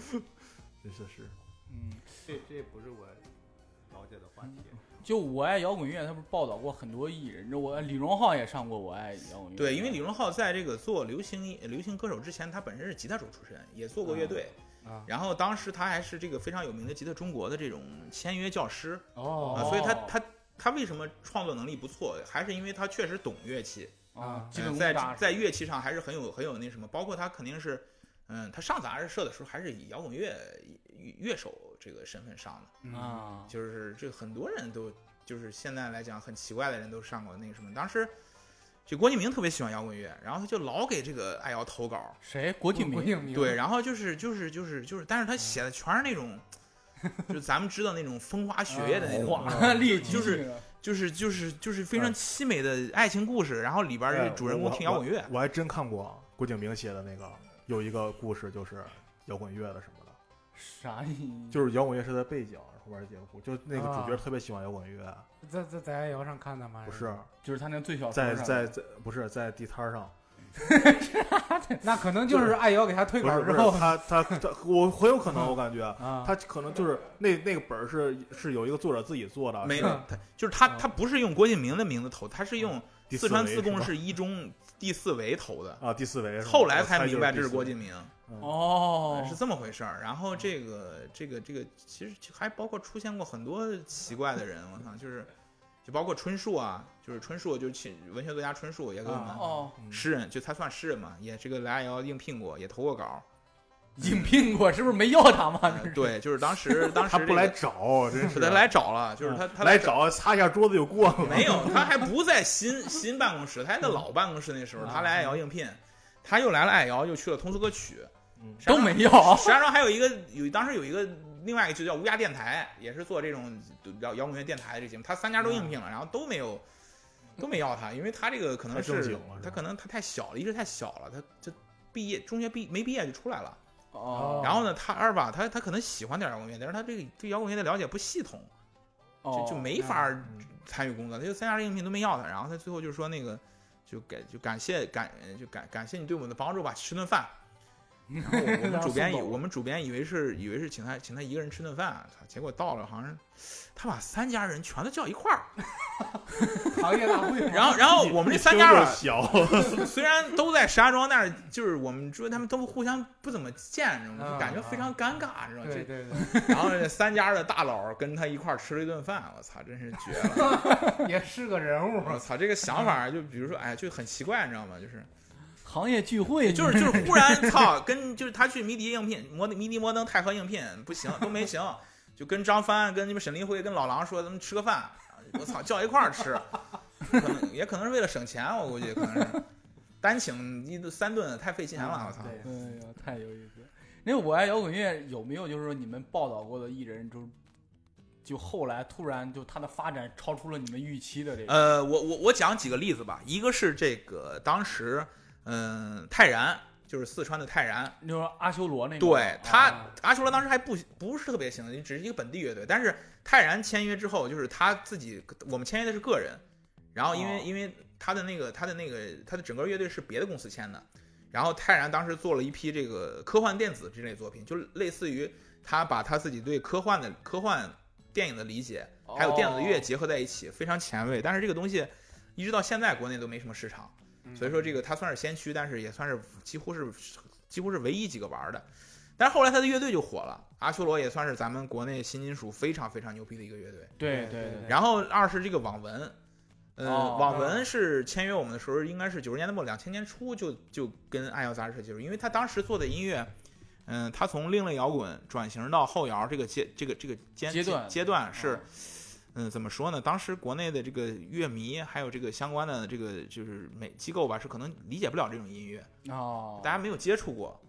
真是是，
嗯，
这这不是我了解的话题。
嗯
<laughs>
就我爱摇滚乐，他不是报道过很多艺人，这我李荣浩也上过我爱摇滚乐。
对，因为李荣浩在这个做流行音流行歌手之前，他本身是吉他手出身，也做
嗯
过乐队，
啊
然后当时他还是这个非常有名的吉他中国的这种签约教师，啊，
哦
所以他
哦
他他为什么创作能力不错，还是因为他确实懂乐器，
啊，基
嗯
本功
在
扎实
在乐器上还是很有很有那什么，包括他肯定是，嗯，他上杂志社的时候还是以摇滚乐乐手这个身份上的，
嗯
啊，
就是这很多人都就是现在来讲很奇怪的人都上过那个什么，当时就郭敬明特别喜欢摇滚乐，然后他就老给这个爱瑶投稿，
谁？郭敬
郭
明
敬明
对，，然后就是就是就是就是，但是他写的全是
<laughs>
那种，就是咱们知道那种风花雪月的那种，
华 <laughs> 丽
啊就
极
是
了
就是就是就是非常凄美的爱情故事，然后里边儿
嗯哎
这主人公听摇滚乐
我，我我还真看过郭敬明写的那个有一个故事，就是摇滚乐的什么的，
啥意思？
就是摇滚乐是在背景后边儿结果，就是那个主角
啊
特别喜欢摇滚乐，
哎
在在在爱瑶上看的吗？
嗯不是
就是他那最小
在
哦
头上
在在不是在地摊儿上，
那可能就是爱瑶给他退
不
稿
是不
之
是
后
<laughs>
他他他我很有可能我感觉。
啊，
他可能就是那那个本儿是是有一个作者自己做的，啊
没
是嗯
有他就是他他不是用郭敬明的名字投，他是用
第四
四川
维
自贡
吧
市一中第四维投的，
啊，第四维 <laughs> 是吧
后来
我猜
才明白这
就是是
郭
第四
敬明。
维。嗯
哦
呃，是这么回事儿。然后这个这个这个，其实还包括出现过很多奇怪的人，我操，就是就包括春树啊，就是春树，就去文学作家春树也给我们、
哦，
嗯
诗人，就他算诗人嘛，也这个来也要应聘过，也投过稿。
应聘过是不是没要他
呃
嘛？啊这是
对，就是当
<laughs>
时当时
他
这
不来
个，
找，真是
<laughs>
啊
他来找了，就是他他
来。找擦一下桌子就过了。
没有，他还不在新新办公室，他还在老办公室。那时
嗯
候他来爱瑶应聘，他又来了爱瑶，又去了通俗歌曲，
嗯
都没要。
石家庄还有一个有当时有一个另外一个就叫乌鸦电台，也是做这种摇摇滚乐电台的这节目，他三家都应聘了，然后都没有都没要他，因为他这个可
嗯
能
太正经
是
了是吧
他可能他太小了，一是太小了，他就毕业中学毕没毕业就出来了。
哦
然后呢，他二吧，他他可能喜欢点摇滚乐，但是他这个对摇滚乐的了解不系统，就
哦
就没法儿
嗯
参与工作，他就三家的应聘都没要他，然后他最后就说那个。就感就感谢感就感感谢你对我们的帮助吧，吃顿饭。然后我我们主编以我们主编以为是以为是请他请他一个人吃顿饭，啊操结果到了好像是他把三家人全都叫一块儿，
行业大
<laughs>
会嘛，
然后然后哦
<laughs>
我们这三家啊
听着
吧， <laughs>
小，
虽然都在石家庄，但是就是我们说他们都互相不怎么见，你知道吗？
啊
就感觉非常尴尬，你知道吗？
对
这
对
然后这三家的大佬跟他一块儿吃了一顿饭，我操，真是绝了。
对，也是个人物，
我操，这个想法就比如说，哎，就很奇怪，你知道吗？就是
行业聚会
就是就是忽然操，跟就是他去迷笛应聘，摩迷笛摩登泰和应聘不行，都没行，就跟张帆、跟你们沈立辉、跟老狼说，咱们吃个饭，我操，叫一块儿吃，可能也可能是为了省钱，我估计可能是单请一顿三顿太费钱了，我操。
嗯
啊
对
哎呦，太有意思了。那我爱摇滚乐有没有就是说你们报道过的艺人，就是就后来突然就他的发展超出了你们预期的这个？
呃，我我我讲几个例子吧，一个是这个当时，嗯、泰然就是四川的泰然，
你说阿修罗那个？
对他
啊，
阿修罗当时还不不是特别行，只是一个本地乐队。但是泰然签约之后，就是他自己，我们签约的是个人，然后因为、
哦
因为他的那个他的那个他的整个乐队是别的公司签的，然后泰然当时做了一批这个科幻电子之类的作品，就类似于他把他自己对科幻的科幻电影的理解，
哦
还有电子乐结合在一起，非常前卫。但是这个东西一直到现在国内都没什么市场，
嗯
所以说这个他算是先驱，但是也算是几乎是几乎是唯一几个玩儿的。但是后来他的乐队就火了，阿修罗也算是咱们国内新金属非常非常牛逼的一个乐队。
对
对
对
对
然后二是这个网文，呃，
哦
网文是签约我们的时候，应该是九十年代末两千年初就就跟爱摇杂志社接触，因为他当时做的音乐，嗯、他从另类摇滚转型到后摇这个阶这个这个阶
阶段
阶段是。嗯，怎么说呢？当时国内的这个乐迷，还有这个相关的这个就是美机构吧，是可能理解不了这种音乐，
哦，
大家没有接触过，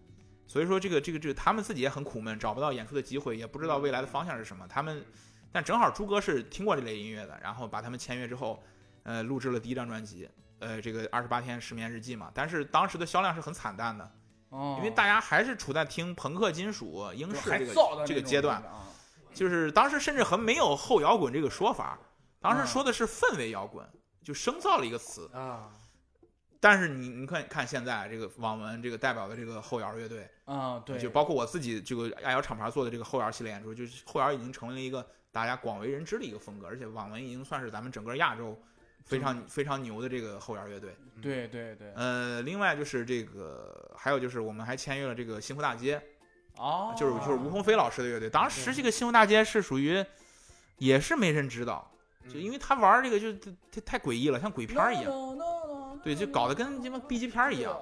所以说这个这个这个他们自己也很苦闷，找不到演出的机会，也不知道未来的方向是什么。他们，但正好朱哥是听过这类音乐的，然后把他们签约之后，呃，录制了第一张专辑，呃，这个二十八天失眠日记嘛。但是当时的销量是很惨淡的，
哦，
因为大家还是处在听朋克金属、英
就
式
还
这个，
造的
这个
那种
阶段
感觉啊
就是当时甚至很没有后摇滚这个说法，当时
嗯
说的是氛围摇滚，就生造了一个词。
啊，
但是你你看看现在这个网文这个代表的这个后摇乐队。
啊，对，
就包括我自己这个爱瑶厂牌做的这个后摇系列演出，就是后摇已经成为了一个大家广为人知的一个风格，而且网文已经算是咱们整个亚洲非常、非常牛的这个后摇乐队。
对对对，
呃，另外就是这个，还有就是我们还签约了这个幸福大街，
哦，
就是就是吴鹏飞老师的乐队。当时这个幸福大街是属于也是没人知道，
嗯
就因为他玩这个就太太诡异了，像鬼片儿一样。
No, no, no, no,
对，就搞得跟鸡巴 B 级片儿一样。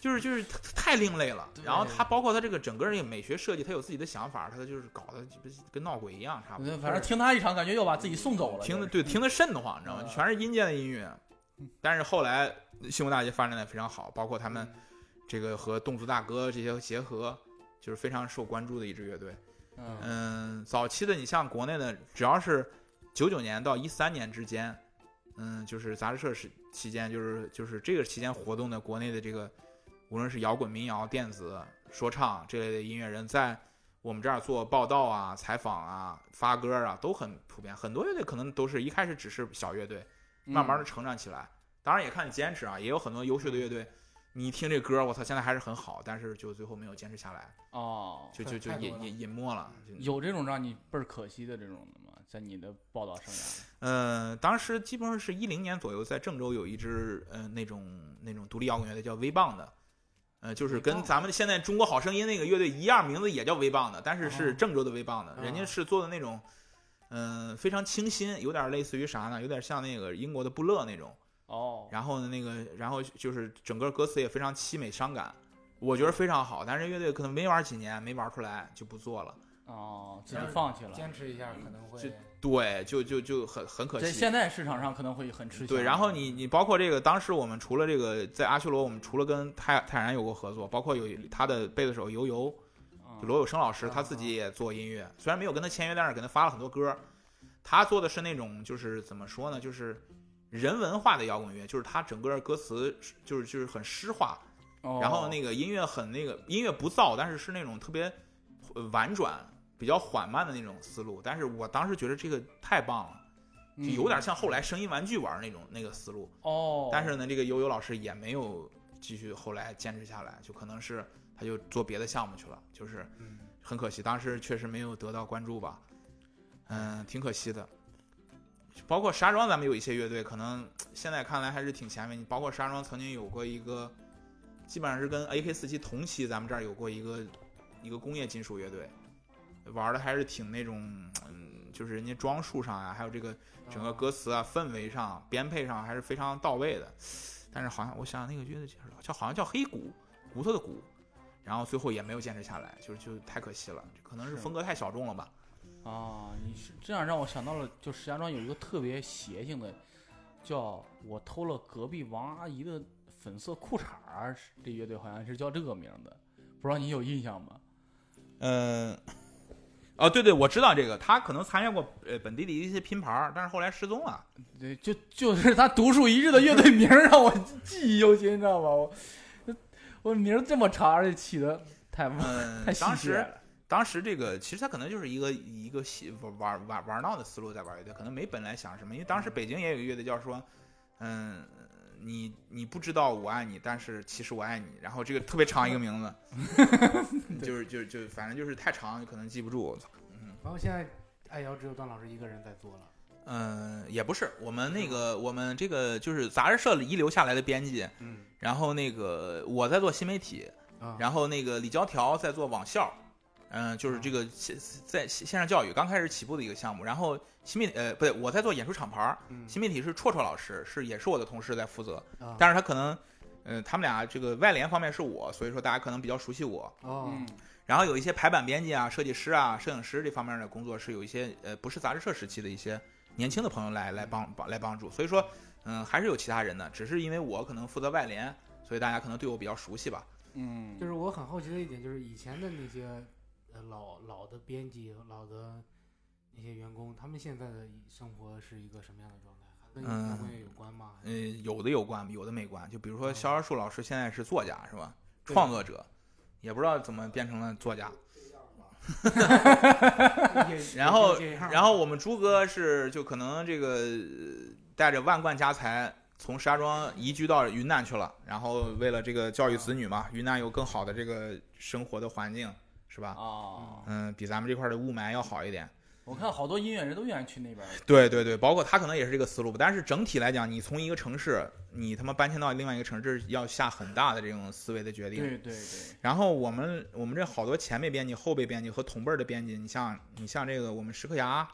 就是就是太太另类了
对。
然后他包括他这个整个这个美学设计，他有自己的想法，他就是搞得跟闹鬼一样差不多。
反正听他一场，感觉要把自己送走了。
听的
就是
对听的瘆得慌，你知道吗？
嗯
全是阴间的音乐。但是后来西湖大街发展的非常好，包括他们这个和侗族大哥这些结合，就是非常受关注的一支乐队。
嗯
嗯，早期的你像国内的，只要是九九年到一三年之间，嗯，就是杂志社时期间，就是就是这个期间活动的国内的这个，无论是摇滚、民谣、电子、说唱这类的音乐人，在我们这儿做报道啊、采访啊、发歌啊，都很普遍。很多乐队可能都是一开始只是小乐队，慢
嗯
慢的成长起来。当然也看你坚持啊，也有很多优秀的乐队，你一听这歌，我操，现在还是很好，但是就最后没有坚持下来，
哦，
就就就
太多
隐
了
隐隐没了。就
有这种让你倍儿可惜的这种的吗？在你的报道生涯里？
呃，当时基本上是一零年左右，在郑州有一支呃那种那种独立摇滚乐队叫威棒的，呃，就是
威
跟
棒
咱们现在中国好声音那个乐队一样，名字也叫威棒的，但是是
哦
郑州的威棒的，人家
哦
是做的那种，嗯、非常清新，有点类似于啥呢？有点像那个英国的布勒那种，
哦，
然后呢那个，然后就是整个歌词也非常凄美伤感，我觉得非常好，但是乐队可能没玩几年，没玩出来就不做了，
哦，自己放弃了。
坚持一下可能会
这对，就就就很很可惜。
在现在市场上可能会很吃香。
对，然后你你包括这个，当时我们除了这个在阿修罗，我们除了跟泰泰然有过合作，包括有他的贝斯手游游，
嗯
就罗有生老师，他自己也做音乐，虽然没有跟他签约，但是给他发了很多歌。他做的是那种就是怎么说呢，就是人文化的摇滚乐，就是他整个歌词是就是就是很诗化，
哦
然后那个音乐很那个音乐不燥，但是是那种特别呃婉转、比较缓慢的那种思路。但是我当时觉得这个太棒了，就有点
嗯
像后来声音玩具玩那种那个思路。
哦，
但是呢，这个悠悠老师也没有继续后来坚持下来，就可能是他就做别的项目去了，就是
嗯
很可惜，当时确实没有得到关注吧，嗯，挺可惜的。包括石家庄，咱们有一些乐队，可能现在看来还是挺前卫。你包括石家庄曾经有过一个，基本上是跟 AK 四七同期，咱们这儿有过一个一个工业金属乐队，玩的还是挺那种，嗯，就是人家装束上啊，还有这个整个歌词啊、氛围上、编配上还是非常到位的。但是好像我想想那个乐队叫什么叫好像叫黑骨骨头的骨，然后最后也没有坚持下来，就是就太可惜了，这可能是
是
风格太小众了吧。
啊，你是这样让我想到了，就石家庄有一个特别邪性的，叫我偷了隔壁王阿姨的粉色裤衩儿，是这乐队好像是叫这个名儿的，不知道你有印象吗？
嗯，哦对对，我知道这个，他可能参加过呃本地的一些拼盘儿，但是后来失踪了。
对，就就是他独树一帜的乐队名儿让我记忆犹新，你知道吗？我我名儿这么长，而且起的太
嗯
太，细
<laughs> 当
致
时
了。
当时这个其实他可能就是一个一个戏玩玩玩玩闹的思路在玩乐队，可能没本来想什么，因为当时北京也有一个乐队叫说，嗯，你你不知道我爱你，但是其实我爱你，然后这个特别长一个名字，就是就是就反正就是太长，可能记不住。
然后现在爱瑶只有段老师一个人在做了，
嗯，也不是，我们那个我们这个就是杂志社遗留下来的编辑，
嗯
然后那个我在做新媒体，
啊，
然后那个李椒条在做网校，嗯、就是这个线在线上教育刚开始起步的一个项目。然后新媒呃不对，我在做演出厂牌儿，
嗯
新媒体是绰绰老师，是也是我的同事在负责，
啊
嗯但是他可能，呃，他们俩这个外联方面是我，所以说大家可能比较熟悉我。
哦
嗯，
然后有一些排版编辑啊、设计师啊、摄影师这方面的工作是有一些呃不是杂志社时期的一些年轻的朋友来来帮帮来帮助，所以说嗯还是有其他人的，只是因为我可能负责外联，所以大家可能对我比较熟悉吧。
嗯，
就是我很好奇的一点，就是以前的那些呃老老的编辑、老的那些员工，他们现在的生活是一个什么样的状态？还跟
嗯
摇滚乐有关
<laughs>
吗？
嗯，有的有关，有的没关。就比如说
嗯
萧绍树老师现在是作家是吧？
对
创作者，也不知道怎么变成了作家。
也
然后
也就这样
然后我们朱哥是就可能这个呃带着万贯家财从石家庄移居到云南去了，然后为了这个教育子女嘛，云南有更好的这个生活的环境是吧？
啊，
嗯，比咱们这块儿的雾霾要好一点。
我看好多音乐人都愿意去那边儿。
对对对，包括他可能也是这个思路，但是整体来讲，你从一个城市，你他妈搬迁到另外一个城市，要下很大的这种思维的决定。
对对对，
然后我们我们这好多前辈编辑、后辈编辑和同辈儿的编辑，你像你像这个我们石克牙，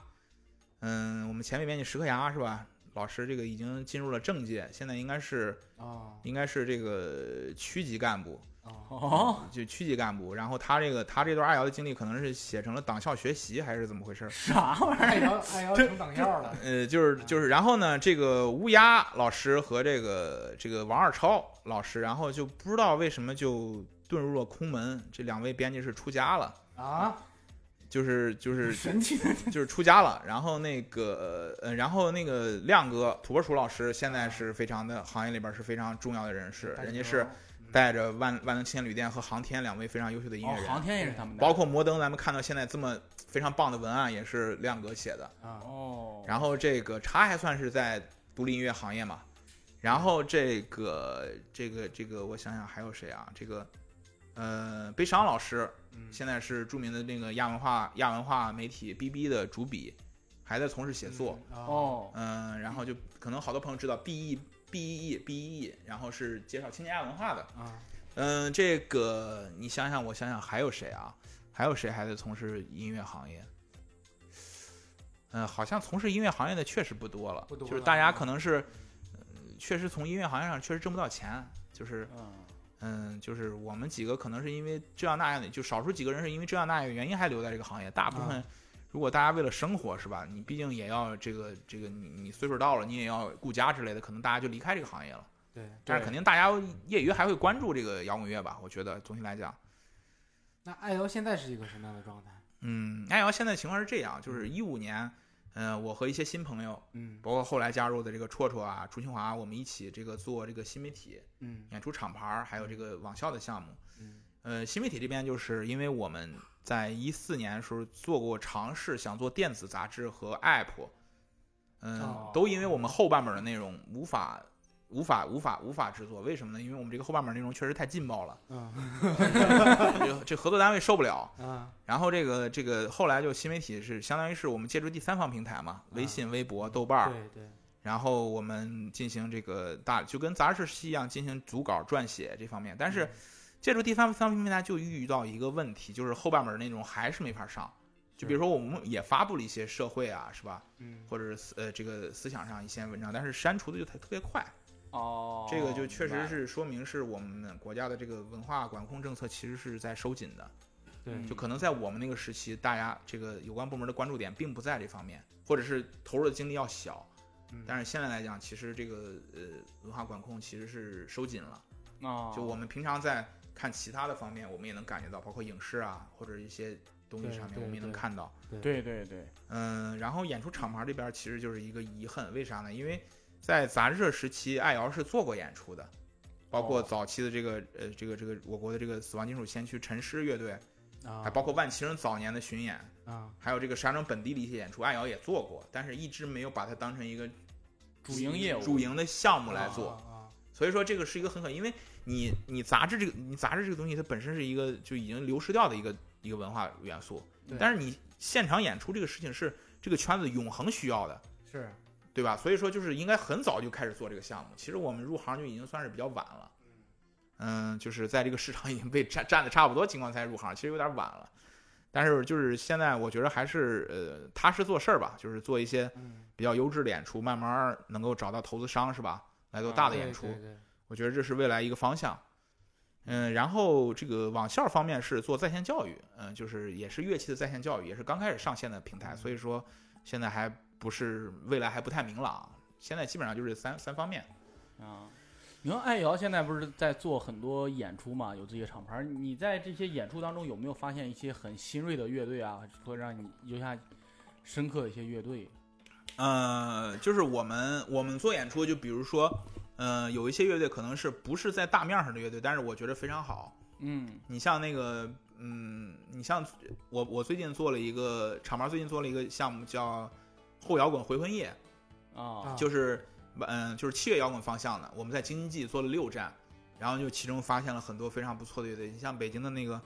嗯，我们前辈编辑石克牙是吧？老师这个已经进入了政界，现在应该是
哦
应该是这个区级干部。
哦，
哦，
就区级干部。然后他这个他这段二瑶的经历，可能是写成了党校学习还是怎么回事？
啥玩意
爱瑶爱瑶成党校了，
呃，就是就是，然后呢，这个乌鸦老师和这个这个王二超老师，然后就不知道为什么就遁入了空门，这两位编辑是出家了，
啊，
就是就是
儿？神奇的，
就是出家了。然后那个呃，然后那个亮哥土拨鼠老师现在是非常的行业里边是非常重要的人士，人家是带着万万能青年旅店和航天两位非常优秀的音
嗯
乐
哦，
人，
航天也是他们的，
包括摩登，咱们看到现在这么非常棒的文案也是亮哥写的。
啊，
哦，
然后这个茶还算是在独立音乐行业嘛，然后这个这个这个，我想想还有谁啊？这个呃，悲伤老师
嗯
现在是著名的那个亚文化亚文化媒体 BB 的主笔，还在从事写作。
哦，
哦，
嗯、然后就可能好多朋友知道 BE BEE BEE，然 E，后是介绍青年亚文化的。
啊，
嗯、这个你想想，我想想还有谁啊？还有谁还在从事音乐行业？嗯、好像从事音乐行业的确实不多了，
不多了嗯
就是大家可能是、呃确实从音乐行业上确实挣不到钱，就是
嗯，
嗯，就是我们几个可能是因为这样那样的，就少数几个人是因为这样那样的原因还留在这个行业。大部分，如果大家为了生活是吧，你毕竟也要这个这个，你你岁数到了，你也要顾家之类的，可能大家就离开这个行业了。
对，
但是肯定大家业余还会关注这个摇滚乐吧？我觉得总体来讲，
那爱瑶现在是一个什么样的状态？
嗯，爱瑶现在情况是这样，就是一五年，嗯、我和一些新朋友，
嗯
包括后来加入的这个绰绰啊、朱清华，我们一起这个做这个新媒体
嗯
演出厂牌儿，还有这个网校的项目。
嗯
呃，新媒体这边就是因为我们在一四年的时候做过尝试，想做电子杂志和 app，嗯、
哦
都因为我们后半本的内容无法。无法无法无法制作，为什么呢？因为我们这个后半本内容确实太劲爆了， <laughs>
嗯
这这合作单位受不了。
啊
然后这个这个后来就新媒体是相当于是我们借助第三方平台嘛，微信、微博、豆瓣儿，
对对，
然后我们进行这个大就跟杂志社一样进行组稿撰写这方面，但
嗯
是借助第三方平台就遇到一个问题，就是后半本内容还是没法上。就比如说我们也发布了一些社会啊，是吧，
嗯
或者是思呃这个思想上一些文章，但是删除的就特特别快，
哦，
这个就确
明
实
白
是说明是我们国家的这个文化管控政策其实是在收紧的。
嗯
对
就可能在我们那个时期，大家这个有关部门的关注点并不在这方面，或者是投入的精力要小。
嗯
但是现在来讲，其实这个呃文化管控其实是收紧了。
哦，
就我们平常在看其他的方面，我们也能感觉到，包括影视啊或者一些东西
对
上面，
对
我们也能
对
看到。
对对对，
嗯，然后演出厂牌这边其实就是一个遗憾，为啥呢？因为在杂志社时期，爱瑶是做过演出的，包括
哦
早期的这个呃这个这个我国的这个死亡金属先驱陈尸乐队，
啊，
还包括万绮雯早年的巡演。
啊
还有这个石家庄本地的一些演出，爱瑶也做过，但是一直没有把它当成一个
主营业务，
主营的项目来做。
啊
所以说这个是一个很可，因为你你杂志这个你杂志这个东西，它本身是一个就已经流失掉的一个一个文化元素
对，
但是你现场演出这个事情是这个圈子永恒需要的，
是
对吧？所以说就是应该很早就开始做这个项目。其实我们入行就已经算是比较晚了，嗯，就是在这个市场已经被 <laughs> 占占的差不多情况才入行，其实有点晚了。但是就是现在，我觉得还是呃踏实做事儿吧，就是做一些
嗯
比较优质的演出，慢慢儿能够找到投资商是吧，来做大的演出。
啊对对对
我觉得这是未来一个方向。嗯，然后这个网校方面是做在线教育，嗯，就是也是乐器的在线教育，也是刚开始上线的平台，所以说现在还不是未来还不太明朗。现在基本上就是三三方面，
啊。你看艾瑶现在不是在做很多演出嘛，有自己的厂牌儿。你在这些演出当中有没有发现一些很新锐的乐队啊，会让你留下深刻的一些乐队？
呃，就是我们我们做演出，就比如说，呃，有一些乐队可能是不是在大面上的乐队，但是我觉得非常好。
嗯，
你像那个，嗯，你像我我最近做了一个厂牌，最近做了一个项目叫后摇滚回魂夜，
啊
啊
就是嗯，就是器乐摇滚方向的。我们在京津冀做了六站，然后就其中发现了很多非常不错的乐队。你像北京的那个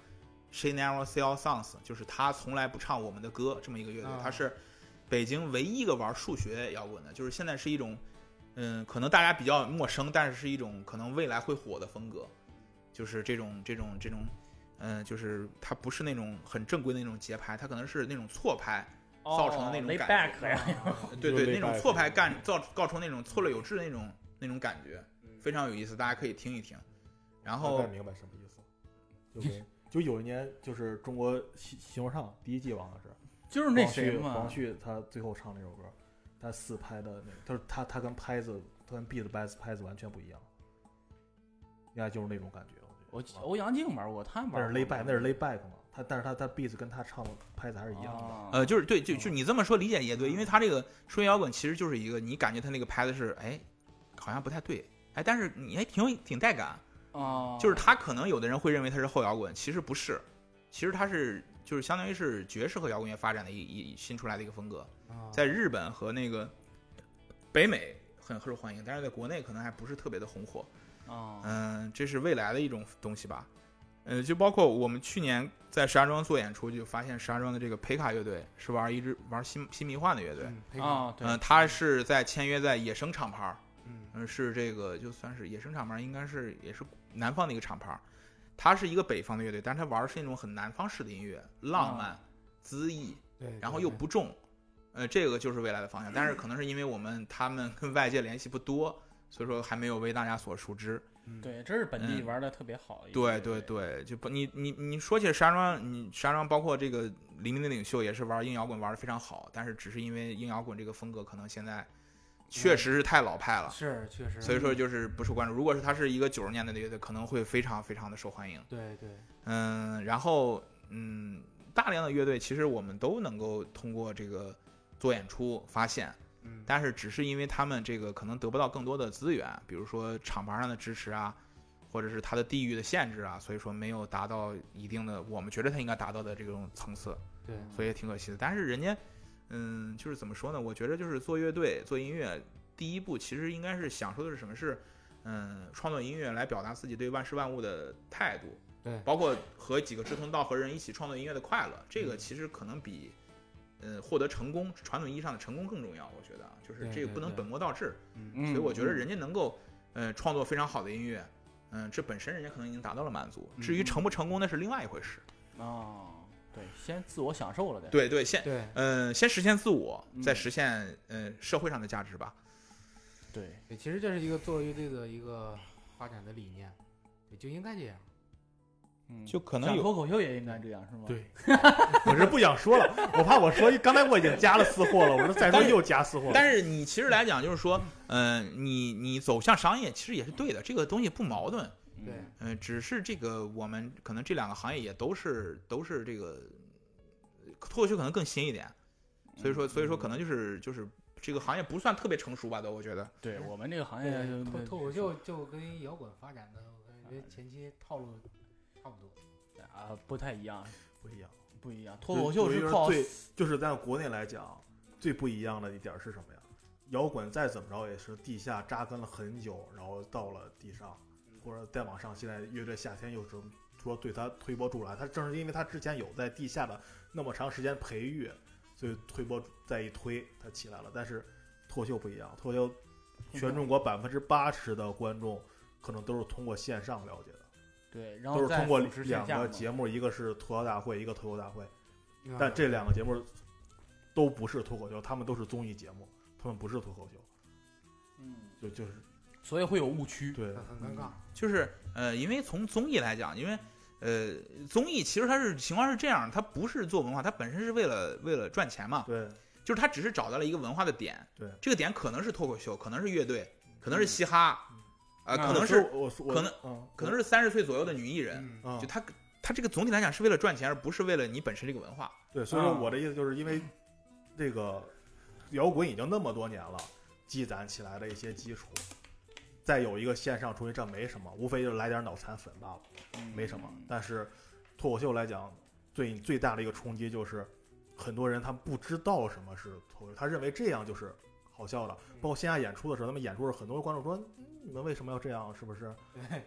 She Never s e l l Songs，就是他从来不唱我们的歌这么一个乐队
啊，
他是北京唯一一个玩数学摇滚的，就是现在是一种嗯，可能大家比较陌生，但是是一种可能未来会火的风格，就是这种这种这种。嗯，就是它不是那种很正规的那种节拍，它可能是那种错拍，造成的那种
哦
感
layback
啊
呀，
<laughs> 对
就
对，那
类
种
拜
错
是
拍
吧
干造造成那种错落
嗯
有致的那种那种感觉，非常有意思，大家可以听一听。然
大
后
概明白什么意思？就给就有一年就是中国新新说唱第一季好像是，
就是那
王
谁
旭
嘛
王，旭他最后唱那首歌，他四拍的那个，他说他他跟拍子，他跟 beat 拍子拍子完全不一样，应该就是那种感觉。
我
觉得
欧阳靖玩过，他玩
那是
过
layback，那是 layback 嘛，他但是他他 beat 跟他唱的拍子还是一样的。
啊
呃，就是对，就
嗯
就你这么说理解也对，因为他这个说摇滚其实就是一个，你感觉他那个拍的是，哎，好像不太对，哎，但是你还挺有挺带感，
哦
啊，
就是他可能有的人会认为他是后摇滚，其实不是，其实他是就是相当于是爵士和摇滚乐发展的一一一新出来的一个风格，
哦
啊，
在日本和那个北美很受欢迎，但是在国内可能还不是特别的红火。
啊，
嗯，这是未来的一种东西吧。呃，就包括我们去年在石家庄做演出，就发现石家庄的这个裴卡乐队是玩一支玩新新迷幻的乐队。
嗯，配合
啊，对，
嗯，他是在签约在野生厂牌儿，
嗯
嗯，是这个就算是野生厂牌儿，应该是也是南方的一个厂牌儿。他是一个北方的乐队，但是他玩的是那种很南方式的音乐，浪漫、恣意，
哦对，
然后
对
又
对
不重，呃，这个就是未来的方向。但是可能是因为我们他们跟外界联系不多，所以说还没有为大家所熟知。
嗯
对，这是本地
嗯
玩的特别好的一
对
个。
对对，就不你你你说起石家庄，你石家庄包括这个黎明的领袖也是玩硬摇滚玩的非常好，但是只是因为硬摇滚这个风格可能现在确实是太老派了，
是确实，
所以说就是不受关注。如果是他是一个九十年代的乐队，可能会非常非常的受欢迎。
对对，
嗯，然后嗯，大量的乐队其实我们都能够通过这个做演出发现，
嗯，
但是只是因为他们这个可能得不到更多的资源，比如说厂牌上的支持啊，或者是它的地域的限制啊，所以说没有达到一定的我们觉得它应该达到的这种层次，
对
所以也挺可惜的。但是人家，嗯，就是怎么说呢？我觉得就是做乐队、做音乐，第一步其实应该是享受的是什么是。嗯，创作音乐来表达自己对万事万物的态度，
对
包括和几个志同道合人一起创作音乐的快乐，这
嗯
个其实可能比呃获得成功传统意义上的成功更重要。我觉得啊，就是
对
这个不能
对对
本末倒置，
嗯
嗯，
所以我觉得
嗯
人家能够呃创作非常好的音乐，嗯、这本身人家可能已经达到了满足。
嗯
至于成不成功，那是另外一回事。
啊，对，先自我享受了得。
对对，先
对
嗯、先实现自我，再
嗯
实现呃社会上的价值吧。
对，
对，其实这是一个作为这个一个发展的理念，对，就应该这样。
嗯，
就可能
讲
有
脱口秀也应该这样是吗？
对我是不想说了，我怕我说一刚才我已经加了私货了，我说再说又加私货了。
但是你其实来讲，就是说，嗯、你你走向商业其实也是对的，这个东西不矛盾。
嗯
对
嗯、只是这个我们可能这两个行业也都是都是这个脱口秀可能更新一点，所以说所以说可能就是就是这个行业不算特别成熟吧，都我觉得。
对我们这个行业
对，
就
脱脱口秀就跟摇滚发展的，我感觉前期套路差不多。
啊不太一样，
不一样，
不一样。脱口秀
就是是
靠
最就是在国内来讲，最不一样的一点是什么呀？摇滚再怎么着也是地下扎根了很久，然后到了地上，或者再往上，现在乐队夏天又是说对他推波助澜，他正是因为他之前有在地下的那么长时间培育，所以推波再一推他起来了。但是脱口秀不一样，
<laughs>
脱口秀全中国百分之八十的观众可能都是通过线上了解的。
对，然
都
后
是
再
通过
扶持线
两
下
个
嘛
节目，一个是吐槽大会，一个脱口大会，
嗯
但这两个节目都不是脱口秀，他们都是综艺节目，他们不是脱口秀，
嗯，
就就是
所以会有误区。
对
嗯
很很尴尬。
就是呃，因为从综艺来讲，因为呃，综艺其实它是情况是这样，它不是做文化，它本身是为了为了赚钱嘛，
对
就是它只是找到了一个文化的点，
对，嗯
这个点可能是脱口秀，可能是乐队， <laughs> 可能是嘻哈，呃，
那
可能
所以
是
我我
可能
嗯
可能是三十岁左右的女艺人，
嗯，
嗯
就它它这个总体来讲是为了赚钱，而不是为了你本身这个文化。
对，所以说
啊
我的意思就是因为这个摇滚已经那么多年了，积攒起来的一些基础。再有一个线上出去，这没什么，无非就是来点脑残粉罢了。
嗯
没什么。但是脱口秀来讲，最最大的一个冲击就是，很多人他们不知道什么是脱口秀，他认为这样就是好笑的。包括线下演出的时候，他们演出的时候，很多观众说：“嗯你们为什么要这样？是不是？”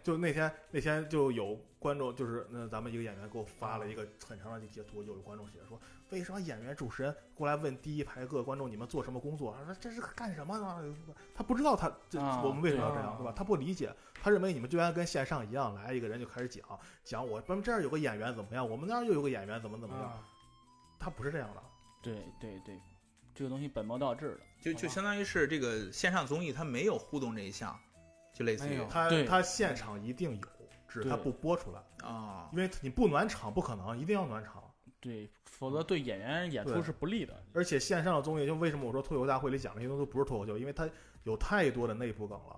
就那天那天就有观众，就是那咱们一个演员给我发了一个很长的截图，就有观众写说：“为什么演员主持人过来问第一排各个观众你们做什么工作？”他说：“这是干什么呢？”他不知道他这
啊
我们为什么要这
对
样，对吧？他不理解，他认为你们就应该跟线上一样，来一个人就开始讲讲我们这儿有个演员怎么样，我们那儿又有个演员 <laughs> 怎么怎么样，
啊
他不是这样的。
对对对，这个东西本末倒置了。
就
好
哦
就
吧
相当于是这个线上综艺，它没有互动这一项，就类似
没
于
有
他
对
他现场一定有，只是
对
它不播出来，
啊，
因为你不暖场不可能，一定要暖场。
对，否则对演员演出
对
是不利的。
而且线上的综艺，就为什么我说脱口秀大会里讲那些东西都不是脱口秀，因为它有太多的内部梗了。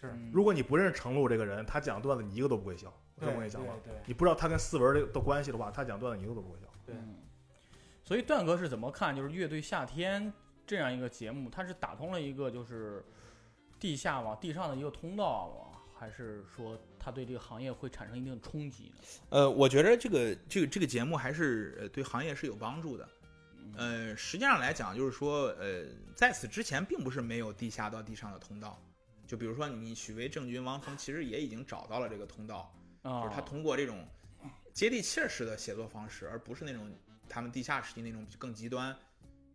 是
嗯
如果你不认识程璐这个人，他讲段子你一个都不会笑，我这
对
么跟
对
你讲吧。
对，
你不知道他跟思文的关系的话，他讲段子你一个都不会笑。
对
嗯，所以段哥是怎么看就是《乐队夏天》这样一个节目，它是打通了一个就是地下往地上的一个通道吗？还是说它对这个行业会产生一定的冲击呢？
呃，我觉得这个这个这个节目还是呃对行业是有帮助的。
嗯
呃，实际上来讲，就是说，呃，在此之前，并不是没有地下到地上的通道。就比如说，你许巍、郑钧、王峰，其实也已经找到了这个通道，就
啊，
是他通过这种接地气儿式的写作方式，而不是那种他们地下时期那种更极端、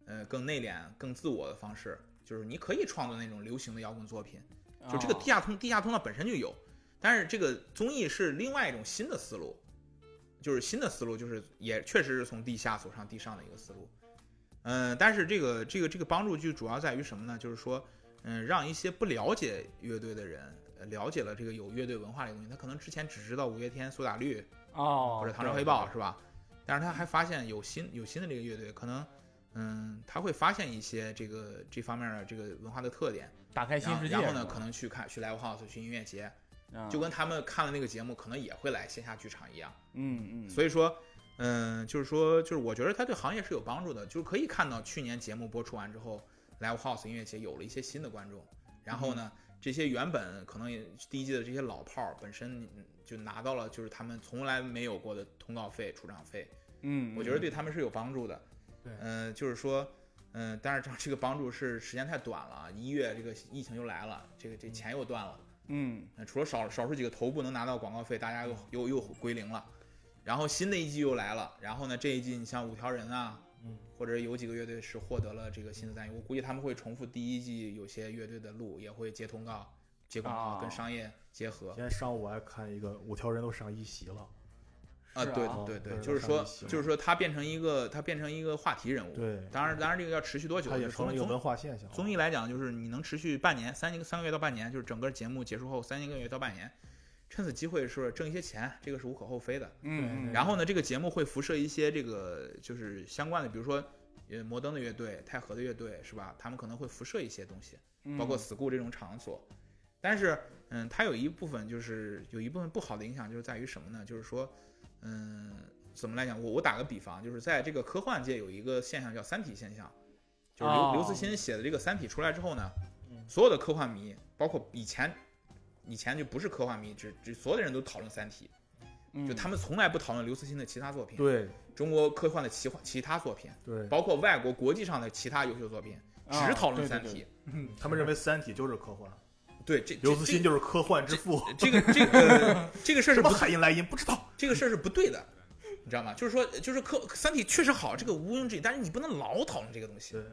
呃更内敛、更自我的方式。就是你可以创作那种流行的摇滚作品，就这个
啊
地下通地下通道本身就有，但是这个综艺是另外一种新的思路，就是新的思路，就是也确实是从地下走上地上的一个思路。嗯，但是这个这个这个帮助就主要在于什么呢？就是说，嗯，让一些不了解乐队的人呃了解了这个有乐队文化这个东西，他可能之前只知道五月天、苏打绿
哦，
或者唐朝
对
黑豹是吧？但是他还发现有新有新的这个乐队，可能嗯，他会发现一些这个这方面的这个文化的特点。
打开新
然后
世界，啊
然后呢，可能去看去 live house 去音乐节，
能
就跟他们看了那个节目，可能也会来线下剧场一样。
嗯嗯，
所
以
以说，嗯，就是说，就是我觉得它对行业是有帮助的，就是可以看到去年节目播出完之后，live house 音乐节有了一些新的观众。然后呢，这些原本可能也第一季的这些老炮儿本身嗯就拿到了就是他们从来没有过的通告费、出场费，
嗯，
我觉得对他们是有帮助的。
对
嗯，就是说，嗯、但是这这个帮助是时间太短了啊，一月这个疫情又来了，这个这钱又断了。
嗯
呃除了少少数几个头部能拿到广告费，大家又又又归零了。然后新的一季又来了，然后呢这一季你像五条人啊，
嗯，
或者有几个乐队是获得了这个新的赞誉，我估计他们会重复第一季有些乐队的路，也会接通告、接广告
啊
跟商业结合。
今天上午我还看一个五条人都上一席了，
啊，
是
对
啊
对对，
对
就是
上
说
一期
就是说他变成一个他变成一个话题人物。
对
当然当然这个要持续多久？
它也
就
成了一个
从
文化现象。
综艺来讲，就是你能持续半年，三三个月到半年，就是整个节目结束后三个月到半年，趁此机会是挣一些钱，这个是无可厚非的。
嗯，
然后呢，这个节目会辐射一些这个就是相关的，比如说呃摩登的乐队、太和的乐队是吧？他们可能会辐射一些东西，
嗯
包
嗯
括 school 这种场所。但是，嗯，它有一部分就是有一部分不好的影响，就是在于什么呢？就是说，嗯，怎么来讲？我我打个比方，就是在这个科幻界有一个现象叫“三体”现象，就是刘、
哦
刘慈欣写的这个《三体》出来之后呢
嗯，
所有的科幻迷，包括以前以前就不是科幻迷，只只所有的人都讨论《三体》，
嗯
就他们从来不讨论刘慈欣的其他作
嗯
品，
对
中国科幻的奇幻其他作品，
对，啊
包括外国国际上的其他优秀作品，
啊
只讨论《三体》。
嗯
他们认为《三体》就是科幻，
对，这
刘慈欣就是科幻之父。
这个这个这个事儿
什
是
么
不
海因莱因不知道，
这个事儿是不对的，你知道吗？就是说，就是科《三体》确实好，这个毋庸置疑，但是你不能老讨论这个东西。
对，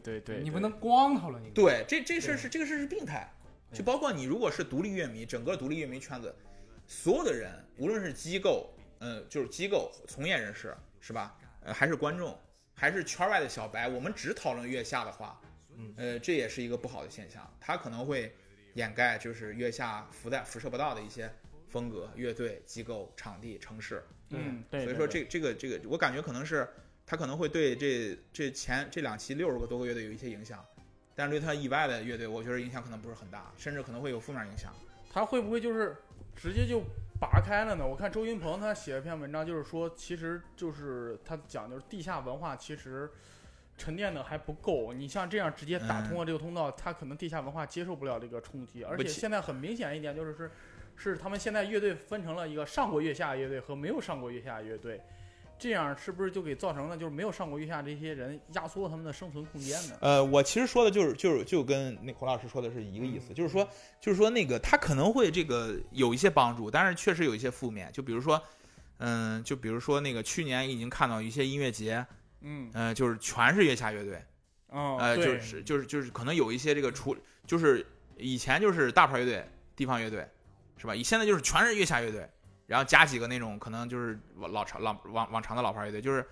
对对对，
你不能光讨论一个，
对，这这事儿
对
是这个事儿是病态，
对
就包括你如果是独立乐迷，整个独立乐迷圈子，所有的人，无论是机构，呃，就是机构从业人士，是吧？呃，还是观众，还是圈外的小白，我们只讨论月下的话，
嗯
呃，这也是一个不好的现象，它可能会掩盖就是月下辐带辐射不到的一些风格、乐队、机构、场地、城市，
嗯对，
所以说这这个这个，我感觉可能是他可能会对这这前这两期六十个多个乐队有一些影响，但是对他以外的乐队，我觉得影响可能不是很大，甚至可能会有负面影响。
他会不会就是直接就拔开了呢？我看周云鹏他写了篇文章，就是说，其实就是他讲就是地下文化其实沉淀的还不够。你像这样直接打通了这个通道，他可能地下文化接受不了这个冲击。而且
嗯不起
现在很明显一点就是是是他们现在乐队分成了一个上过月下乐队和没有上过月下乐队。这样是不是就给造成了就是没有上过月下这些人压缩他们的生存空间呢？
呃，我其实说的就是就是就跟那胡老师说的是一个意
嗯
思，就是说就是说那个他可能会这个有一些帮助，但是确实有一些负面，就比如说。嗯，就比如说那个去年已经看到一些音乐节，
嗯，
嗯、就是全是月下乐队，
哦，
呃，
对
就是就是就是可能有一些这个除就是以前就是大牌乐队、地方乐队，是吧？以现在就是全是月下乐队，然后加几个那种可能就是老长老往往常的老牌乐队，就是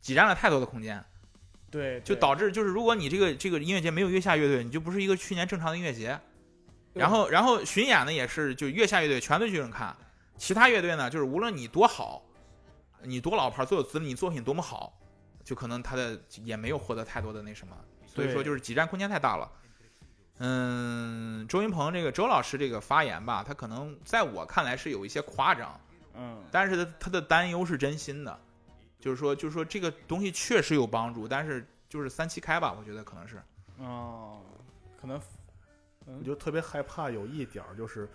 挤占了太多的空间，
对，
就
对
导致就是如果你这个这个音乐节没有月下乐队，你就不是一个去年正常的音乐节。然后然后巡演呢也是就月下乐队全都去人看，其他乐队呢，就是无论你多好，你多老牌，多有资历，你作品多么好，就可能他的也没有获得太多的那什么，所以说就是挤占空间太大了。嗯，周云鹏这个周老师这个发言吧，他可能在我看来是有一些夸张，
嗯，
但是他他的担忧是真心的，就是说就是说这个东西确实有帮助，但是就是三七开吧，我觉得可能是，
哦，可能
我就特别害怕有一点儿就是，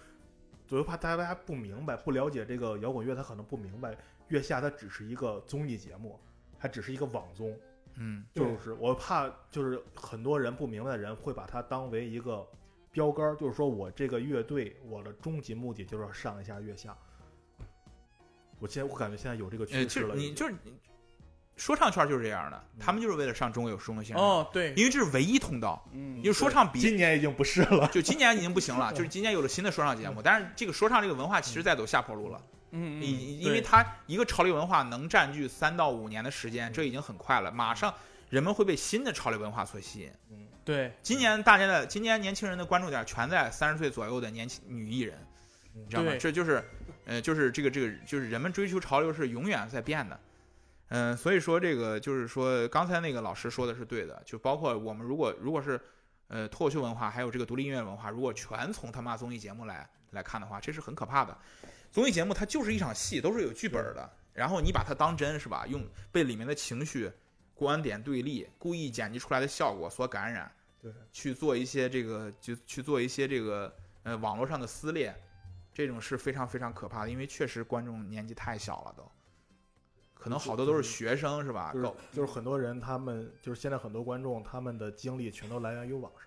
我就怕大家不明白、不了解这个摇滚乐，他可能不明白月下它只是一个综艺节目，它只是一个网综，
嗯
就是我怕就是很多人不明白的人会把它当为一个标杆儿，就是说我这个乐队我的终极目的就是要上一下月下。我现在我感觉现在有这个
呃，
趋
其
势
实
了已经，
你就是你说唱圈就是这样的，
嗯
他们就是为了上中有中国新人，
哦，对，
因为这是唯一通道。
嗯，
因为说唱比
今年已经不是了。
<laughs>
<laughs>
就今年已经不行了，就是今年有了新的说唱节目，但是这个说唱这个文化其实在走下坡路了，
嗯，嗯
因因为它一个潮流文化能占据三到五年的时间，这已经很快了，马上人们会被新的潮流文化所吸引。
对，
今年大家的今年年轻人的关注点全在三十岁左右的年轻女艺人，你知道吗？
对
这就是，呃，就是这个这个就是人们追求潮流是永远在变的，嗯、所以说这个就是说刚才那个老师说的是对的，就包括我们如果如果是呃脱口秀文化还有这个独立音乐文化，如果全从他妈综艺节目来来看的话，这是很可怕的。综艺节目它就是一场戏，都是有剧本的，然后你把它当真是吧？用被里面的情绪、观点对立、故意剪辑出来的效果所感染。
对，
去做一些这个，就去做一些这个，呃，网络上的撕裂，这种是非常非常可怕的，因为确实观众年纪太小了都，可能好多都是学生是吧？
就是
搞
就是很多人，他们就是现在很多观众，他们的精力全都来源于网上，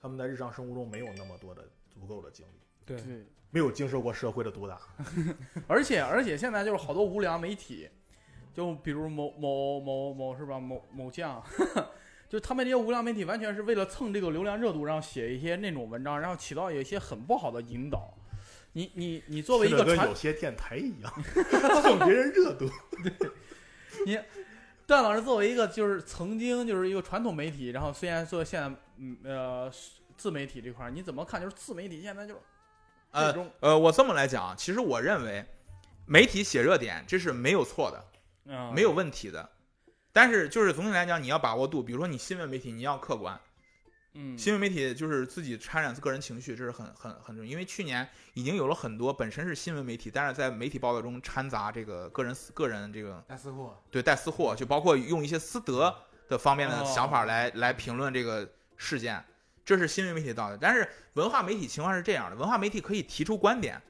他们在日常生活中没有那么多的足够的精力，
对
对，
没有经受过社会的毒打。
而且而且现在就是好多无良媒体，就比如某某某某是吧，某某酱， <laughs> 就他们这些无良媒体完全是为了蹭这个流量热度，然后写一些那种文章，然后起到有一些很不好的引导。你你你作为一
这
个
跟
传
有些电台一样， <laughs> 蹭别人热度。
段老师作为一个就是曾经就是一个传统媒体，然后虽然说现在嗯呃自媒体这块儿，你怎么看？就是自媒体现在就是这
呃
种
呃，我这么来讲啊，其实我认为媒体写热点这是没有错的，
嗯
没有问题的，但是就是总体来讲，你要把握度，比如说你新闻媒体你要客观，
嗯
新闻媒体就是自己掺染个人情绪，这是很很很重要。因为去年已经有了很多本身是新闻媒体，但是在媒体报道中掺杂这个个人私个人这个
大私货，
对带私货，就包括用一些私德的方面的
哦
想法来、来评论这个事件，这是新闻媒体到的。但是文化媒体情况是这样的，文化媒体可以提出观点，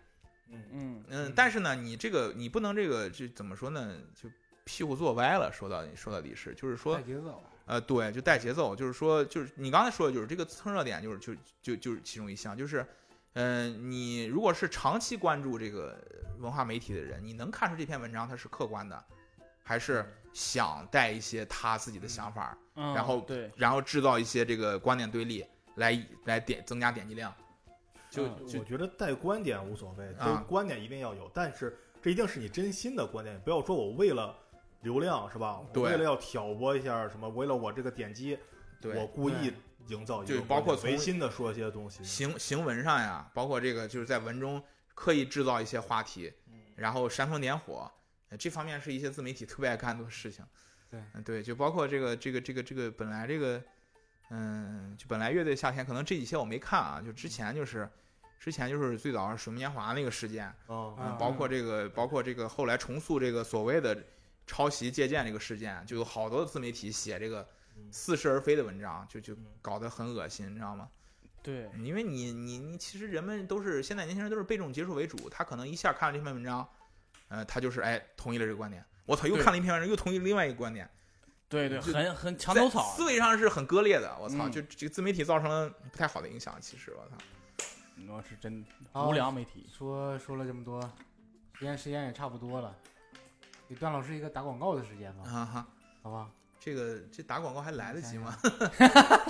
嗯
嗯，但是呢，你这个你不能这个这怎么说呢？就屁股坐歪了。说到底说到底是，就是说
带节奏，
呃，对，就带节奏，就是说，就是你刚才说的，就是这个蹭热点，就是就就就是其中一项，就是，嗯、你如果是长期关注这个文化媒体的人，你能看出这篇文章它是客观的，还是想带一些他自己的想法，
嗯，
然后
对，
然后制造一些这个观点对立，来来点增加点击量，就
嗯
啊就
我觉得带观点无所谓，就
啊
观点一定要有，但是这一定是你真心的观点，不要说我为了流量是吧？我
对
为了要挑拨一下什么，为了我这个点击，我
对
故意营造一个
就包括
观点
从
违心的说一些东西。
行行文上呀，包括这个就是在文中刻意制造一些话题，然后煽风点火，呃这方面是一些自媒体特别爱干的事情。
对
嗯，对，就包括这个这个这个这个本来这个，嗯，就本来乐队夏天可能这几些我没看啊，就之前就是之前就是最早是水木年华那个事件，
嗯
啊
包括这个包括这个后来重塑这个所谓的抄袭借鉴这个事件，就有好多自媒体写这个
嗯
似是而非的文章，就就
嗯
搞得很恶心，你知道吗？
对，
因为你你你其实人们都是现在年轻人都是被这种接触为主，他可能一下看了这篇文章，呃，他就是哎同意了这个观点，我操，又
对
看了一篇文章，又同意另外一个观点，
对对，
就
很很墙头草啊
在，思维上是很割裂的，我操，
嗯
就这个自媒体造成了不太好的影响，其实我操，
我是真
哦
好
无良媒体。
<laughs>
说说了这么多，时间时间也差不多了，给段老师一个打广告的时间
哦
吧，
啊哈，
好吧？
这个这打广告还来得及
哎
吗？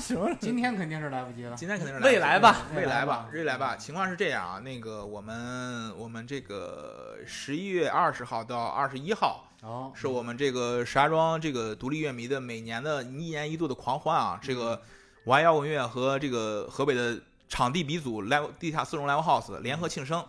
什么？今天肯定是来不及了。
<laughs> 今天肯定是
未
来
来
不及
吧，
未
未来
吧
吧，嗯
未来吧。情况是这样啊，那个我们我们这个十一月二十号到二十一号，
哦，
是我们这个石家庄这个独立乐迷的每年的一年一度的狂欢啊！这
嗯
个我爱摇滚乐和这个河北的场地鼻祖 Live 地下四重 Live House 联合庆生，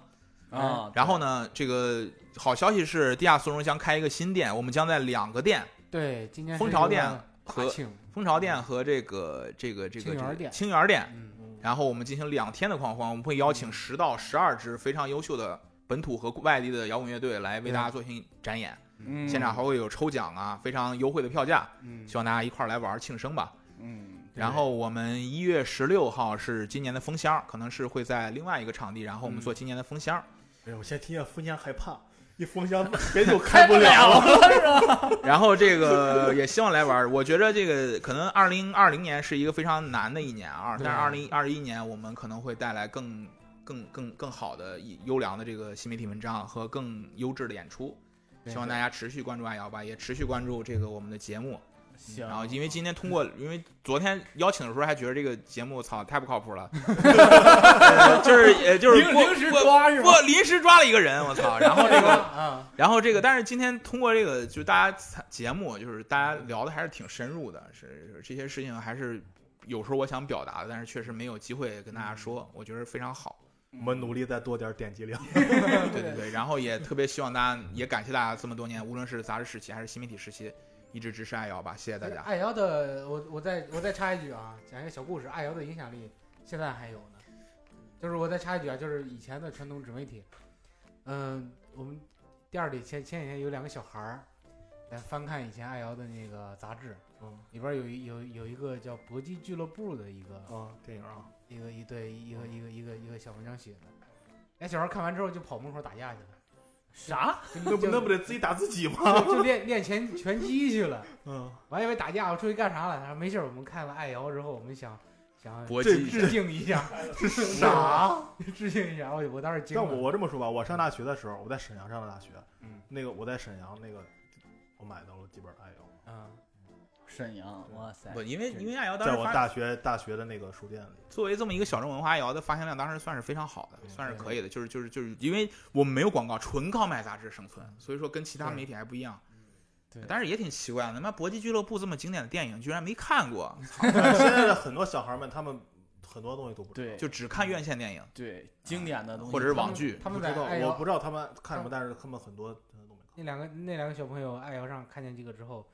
嗯
啊。
哎然后呢，这个好消息是，地下速溶将开一个新店，我们将在两个店
对，今年
蜂
是
巢
一
店
个大
和
庆，
蜂巢店和这个这个这个
青园
这个
店
青园店，
嗯，
然后我们进行两天的狂欢，我们会邀
嗯
请十到十二支非常优秀的本土和外地的摇滚乐队来为大家做进行展演，
嗯
现场还会有抽奖啊，非常优惠的票价，
嗯
希望大家一块儿来玩儿庆生吧。
嗯
对
然后我们一月十六号是今年的封箱，可能是会在另外一个场地，然后
嗯
我们做今年的封箱。
哎呦，我现在听见封箱害怕，一封箱别就开不了 <laughs> 了。
<laughs>
<laughs> 然后这个也希望来玩儿。我觉着这个可能二零二零年是一个非常难的一年啊，
对
但是二零二一年我们可能会带来更更更更好的一优良的这个新媒体文章和更优质的演出。
对
希望大家持续关注爱摇吧，也持续关注这个我们的节目。
行，
然后因为今天通
<laughs>
过，因为昨天邀请的时候还觉得这个节目操太不靠
<laughs>
谱了，呃就是也就是
临
过
临时
过
抓是吧？
我临时抓了一个人，我操！然后这个，
<laughs>
啊，
嗯
<laughs>
然后这个，但是今天通过这个，就大家参节目，就是大家聊的还是挺深入的，是是这些事情还是有时候我想表达的，但是确实没有机会跟大家说，我觉得非常好。
我们努力再多点点击量。
对对对，然后也特别希望大家，也感谢大家这么多年，无论是杂志时期还是新媒体时期，一直支持爱瑶吧，谢谢大家。
爱瑶的，我我再我再插一句啊，讲一个小故事，爱瑶的影响力现在还有呢。就是我再插一句啊，就是以前的传统纸媒体，嗯，我们店儿里前前几天有两个小孩儿来翻看以前爱瑶的那个杂志，
哦
嗯
里边儿有一有有一个叫搏击俱乐部的一个
哦
啊，电影啊，
一个一对一个一个一个一个小文章写的，俩小孩看完之后就跑门口打架去了，
啥？
就
<laughs> 那不
就
那不得自己打自己吗？
就就练练拳拳击去了。
<laughs> 嗯，
我还以为打架，我出去干啥了？他说没事儿，我们看了爱瑶之后，我们想想
搏
这
击一下
致敬一
<laughs>
下，
啥？
致敬一下。我我当时惊
啊像我
了，
我这么说吧，我上大学的时候，我在沈阳上的大学，
嗯
那个我在沈阳那个，我买到了几本《爱瑶
嗯，
沈阳，哇塞
不，，因为因为爱瑶》，当
在
时
我
发
大学大学的那个书 <laughs> 店里。
作为这么一个小众文化摇的发行量，当时算是非常好的，
嗯
算是可以的。就是就是就是因为我们没有广告，纯靠卖杂志生存，所以说跟其他
对
媒体还不一样。
对
但是也挺奇怪的，他妈《搏击俱乐部》这么经典的电影居然没看过，
但是现在的很多小孩们，他们很多东西都不知道。
对，
就只看院线电影。
对经典的东西，
或者是网剧
他们
不
在
知道
爱，嗯
我
瑶
不知道他们看什么，但是他们很多呃都没看。
那两个那两个小朋友爱瑶上看见这个之后，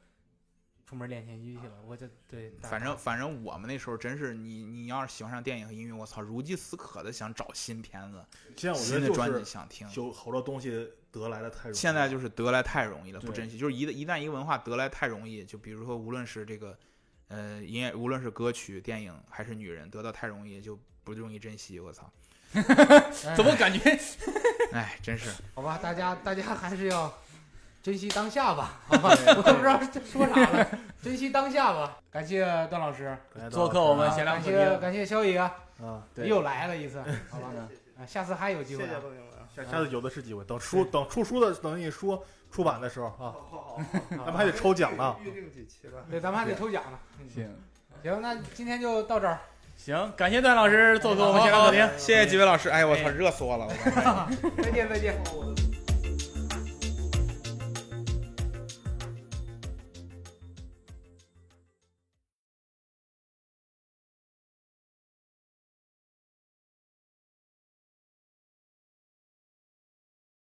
出门练拳击去了。我就对，打
反正反正我们那时候真是你你要是喜欢上电影和音乐，我操，如饥似渴的想找新片子、
现在我觉
新
得
的专
就
辑
是
想听。
有好多东西得来的太容易了。
现在就是得来太容易了，
对
不珍惜。就是一一旦一个文化得来太容易，就比如说无论是这个，呃，音乐，无论是歌曲、电影还是女人，得到太容易就不容易珍惜。我操，
哎
<laughs> 怎么感觉
<laughs> 哎，真是
好吧？大家大家还是要珍惜当下吧，好吧？我也不知道这说啥了，珍惜当下吧。感谢段老师，
感觉到
做客我们
啊
闲聊
感
客
谢
厅？
感谢肖爷啊，
啊，
对
又来了一次，好吧？
嗯
啊，下次还有机
谢
会
谢
啊。
朋友们。
下下次有的是机会。等书等出书的，等你书出版的时候 <laughs> 啊，
好好好，
咱们还得抽奖呢。
预定几期吧。
对，咱们还得抽奖呢。嗯
行
行，那今天就到这儿。
行，感谢段老师做客我们闲聊客厅。
谢谢几位老师，哎，我操，
哎
热死我了。我操
再见，再见。
我